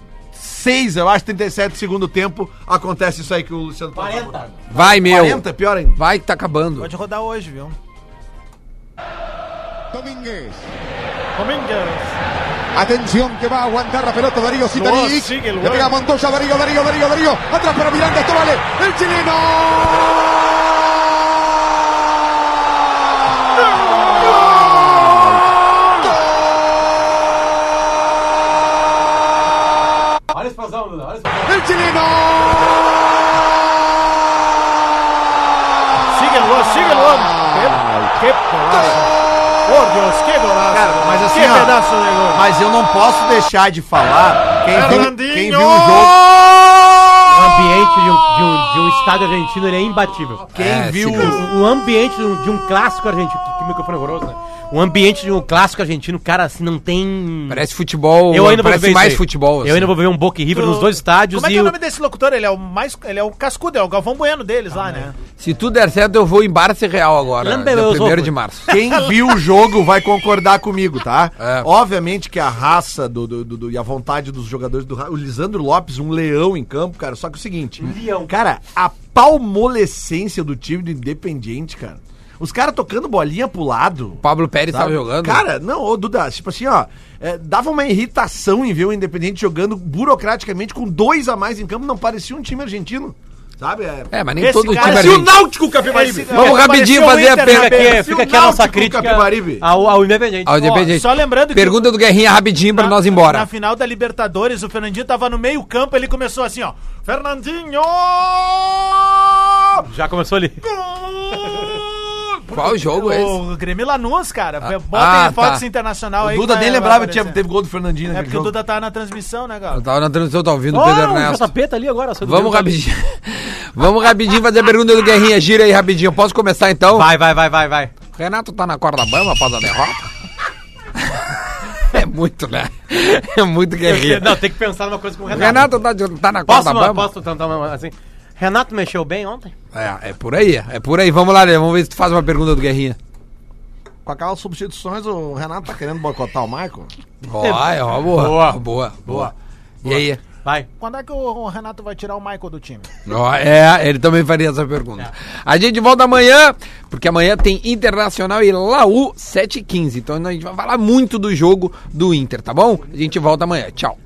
Speaker 2: 36, eu acho, 37 segundo tempo, acontece isso aí que o Luciano tá 40.
Speaker 1: Vai, meu.
Speaker 2: 40, pior ainda.
Speaker 1: Vai que tá acabando.
Speaker 5: Pode rodar hoje, viu?
Speaker 11: Domínguez.
Speaker 5: Dominguez.
Speaker 11: Atención que va a aguantar la pelota Darío
Speaker 5: No,
Speaker 11: Citaric.
Speaker 5: sigue el
Speaker 11: Le pega a Montoya, Darío, Darío, Darío, Darío. Atrás para Miranda, esto vale. El chileno.
Speaker 4: Olha a explosão, Duda. Olha a explosão.
Speaker 11: El chileno.
Speaker 5: Síguelo, síguelo. Que, que golaço. Por Deus, que golaço.
Speaker 2: Cara, mas assim,
Speaker 5: que
Speaker 2: ó,
Speaker 5: pedaço
Speaker 4: né,
Speaker 5: de gol.
Speaker 2: Mas eu não posso deixar de falar. Quem viu,
Speaker 5: Fernandinho!
Speaker 2: quem viu o jogo,
Speaker 4: O ambiente de um, de um- de um estádio argentino ele é imbatível.
Speaker 2: quem
Speaker 1: É,
Speaker 2: viu
Speaker 1: se
Speaker 2: o
Speaker 4: O, o ambiente de um, de um clássico argentino. Que, que microfone horroroso, né? O ambiente de um clássico argentino, cara, assim, não tem.
Speaker 1: Parece futebol.
Speaker 4: eu ainda vou
Speaker 1: parece
Speaker 4: viver isso
Speaker 1: mais
Speaker 4: aí.
Speaker 1: futebol. assim.
Speaker 4: Eu ainda vou ver um Boca e River nos dois estádios
Speaker 5: Como é que
Speaker 4: e
Speaker 5: é o
Speaker 4: o-
Speaker 5: nome desse locutor? Ele é o mais. Ele é o cascudo, é o Galvão Bueno deles
Speaker 4: Ah,
Speaker 5: lá, né?
Speaker 1: Se tudo der certo, eu vou em Barça e Real agora.
Speaker 4: Lambe
Speaker 1: Dia
Speaker 4: meus
Speaker 1: 1 de
Speaker 4: ovos.
Speaker 1: março.
Speaker 2: Quem viu o jogo vai concordar comigo, tá?
Speaker 1: É.
Speaker 2: Obviamente que a raça do, do- do- do- e a vontade dos jogadores do Ra- o Lisandro Lopes, um leão em campo, cara. Só que é o seguinte,
Speaker 5: Um
Speaker 2: cara, a palmolescência do time do Independiente, cara. Os caras tocando bolinha pro lado.
Speaker 1: Pablo Pérez
Speaker 2: sabe?
Speaker 1: tava jogando.
Speaker 2: Cara, não, ô Duda, tipo assim, ó, é, dava uma irritação em ver o Independente jogando burocraticamente com dois a mais em campo, não parecia um time argentino, sabe? É,
Speaker 1: é, mas nem
Speaker 5: Esse
Speaker 1: todo
Speaker 5: cara-
Speaker 1: time
Speaker 5: Esse
Speaker 1: argentino.
Speaker 2: Náutico, Capibaribe!
Speaker 5: Esse-
Speaker 1: Vamos rapidinho
Speaker 5: Pareceu o
Speaker 1: fazer a
Speaker 5: Inter né,
Speaker 1: pergunta.
Speaker 5: na
Speaker 4: Fica,
Speaker 5: beira.
Speaker 4: fica aqui a nossa crítica
Speaker 2: Capibaribe.
Speaker 4: ao, ao Independente.
Speaker 1: Ao Independente.
Speaker 5: só lembrando que-
Speaker 1: Pergunta do Guerrinha rapidinho pra
Speaker 5: Na-
Speaker 1: nós ir embora.
Speaker 5: Na final da Libertadores, o Fernandinho tava no meio campo, ele começou assim, ó. Fernandinho!
Speaker 4: Já começou ali.
Speaker 1: Qual jogo é esse?
Speaker 5: O Grêmio Lanús, cara. Bota
Speaker 1: ah,
Speaker 5: aí a Fox
Speaker 1: tá.
Speaker 5: Internacional aí.
Speaker 2: O Duda
Speaker 5: que
Speaker 2: nem
Speaker 5: É, vai-
Speaker 2: lembrava
Speaker 5: vai
Speaker 2: que tinha-
Speaker 5: aparecer.
Speaker 2: teve gol do Fernandinho
Speaker 5: É
Speaker 2: naquele
Speaker 5: porque o
Speaker 2: jogo.
Speaker 5: Duda tá na transmissão, né,
Speaker 1: Eu
Speaker 5: cara?
Speaker 1: tava na transmissão, tá ouvindo o Pedro
Speaker 4: Olha o
Speaker 1: Ernesto.
Speaker 4: JP tá ali agora. só do
Speaker 1: Vamos
Speaker 4: Deus, ali.
Speaker 1: rapidinho. Vamos rapidinho fazer a pergunta do Guerrinha. Gira aí rapidinho. Posso começar então?
Speaker 4: Vai, vai, vai, vai, vai.
Speaker 1: Renato tá na corda bamba após a derrota? é muito, né? É muito Guerrinha.
Speaker 4: Não, tem que pensar numa coisa com o Renato.
Speaker 1: Renato tá, de- tá na corda
Speaker 4: posso, mano,
Speaker 1: bamba?
Speaker 4: posso tentar uma, assim? Renato mexeu bem ontem?
Speaker 1: É, é por aí, é por aí. Vamos lá, Lê. Vamos ver se tu faz uma pergunta do Guerrinha.
Speaker 2: Com aquelas substituições, o Renato tá querendo boicotar o Michael?
Speaker 1: Ó, é, ó, boa. Boa,
Speaker 4: Boa.
Speaker 1: boa. E aí?
Speaker 4: Vai.
Speaker 5: Quando é que o Renato vai tirar o Michael do time?
Speaker 1: Ó, é, ele também faria essa pergunta.
Speaker 4: É.
Speaker 1: A gente volta amanhã, porque amanhã tem Internacional e Laú 7h15. Então a gente vai falar muito do jogo do Inter, tá bom? A gente volta amanhã. Tchau.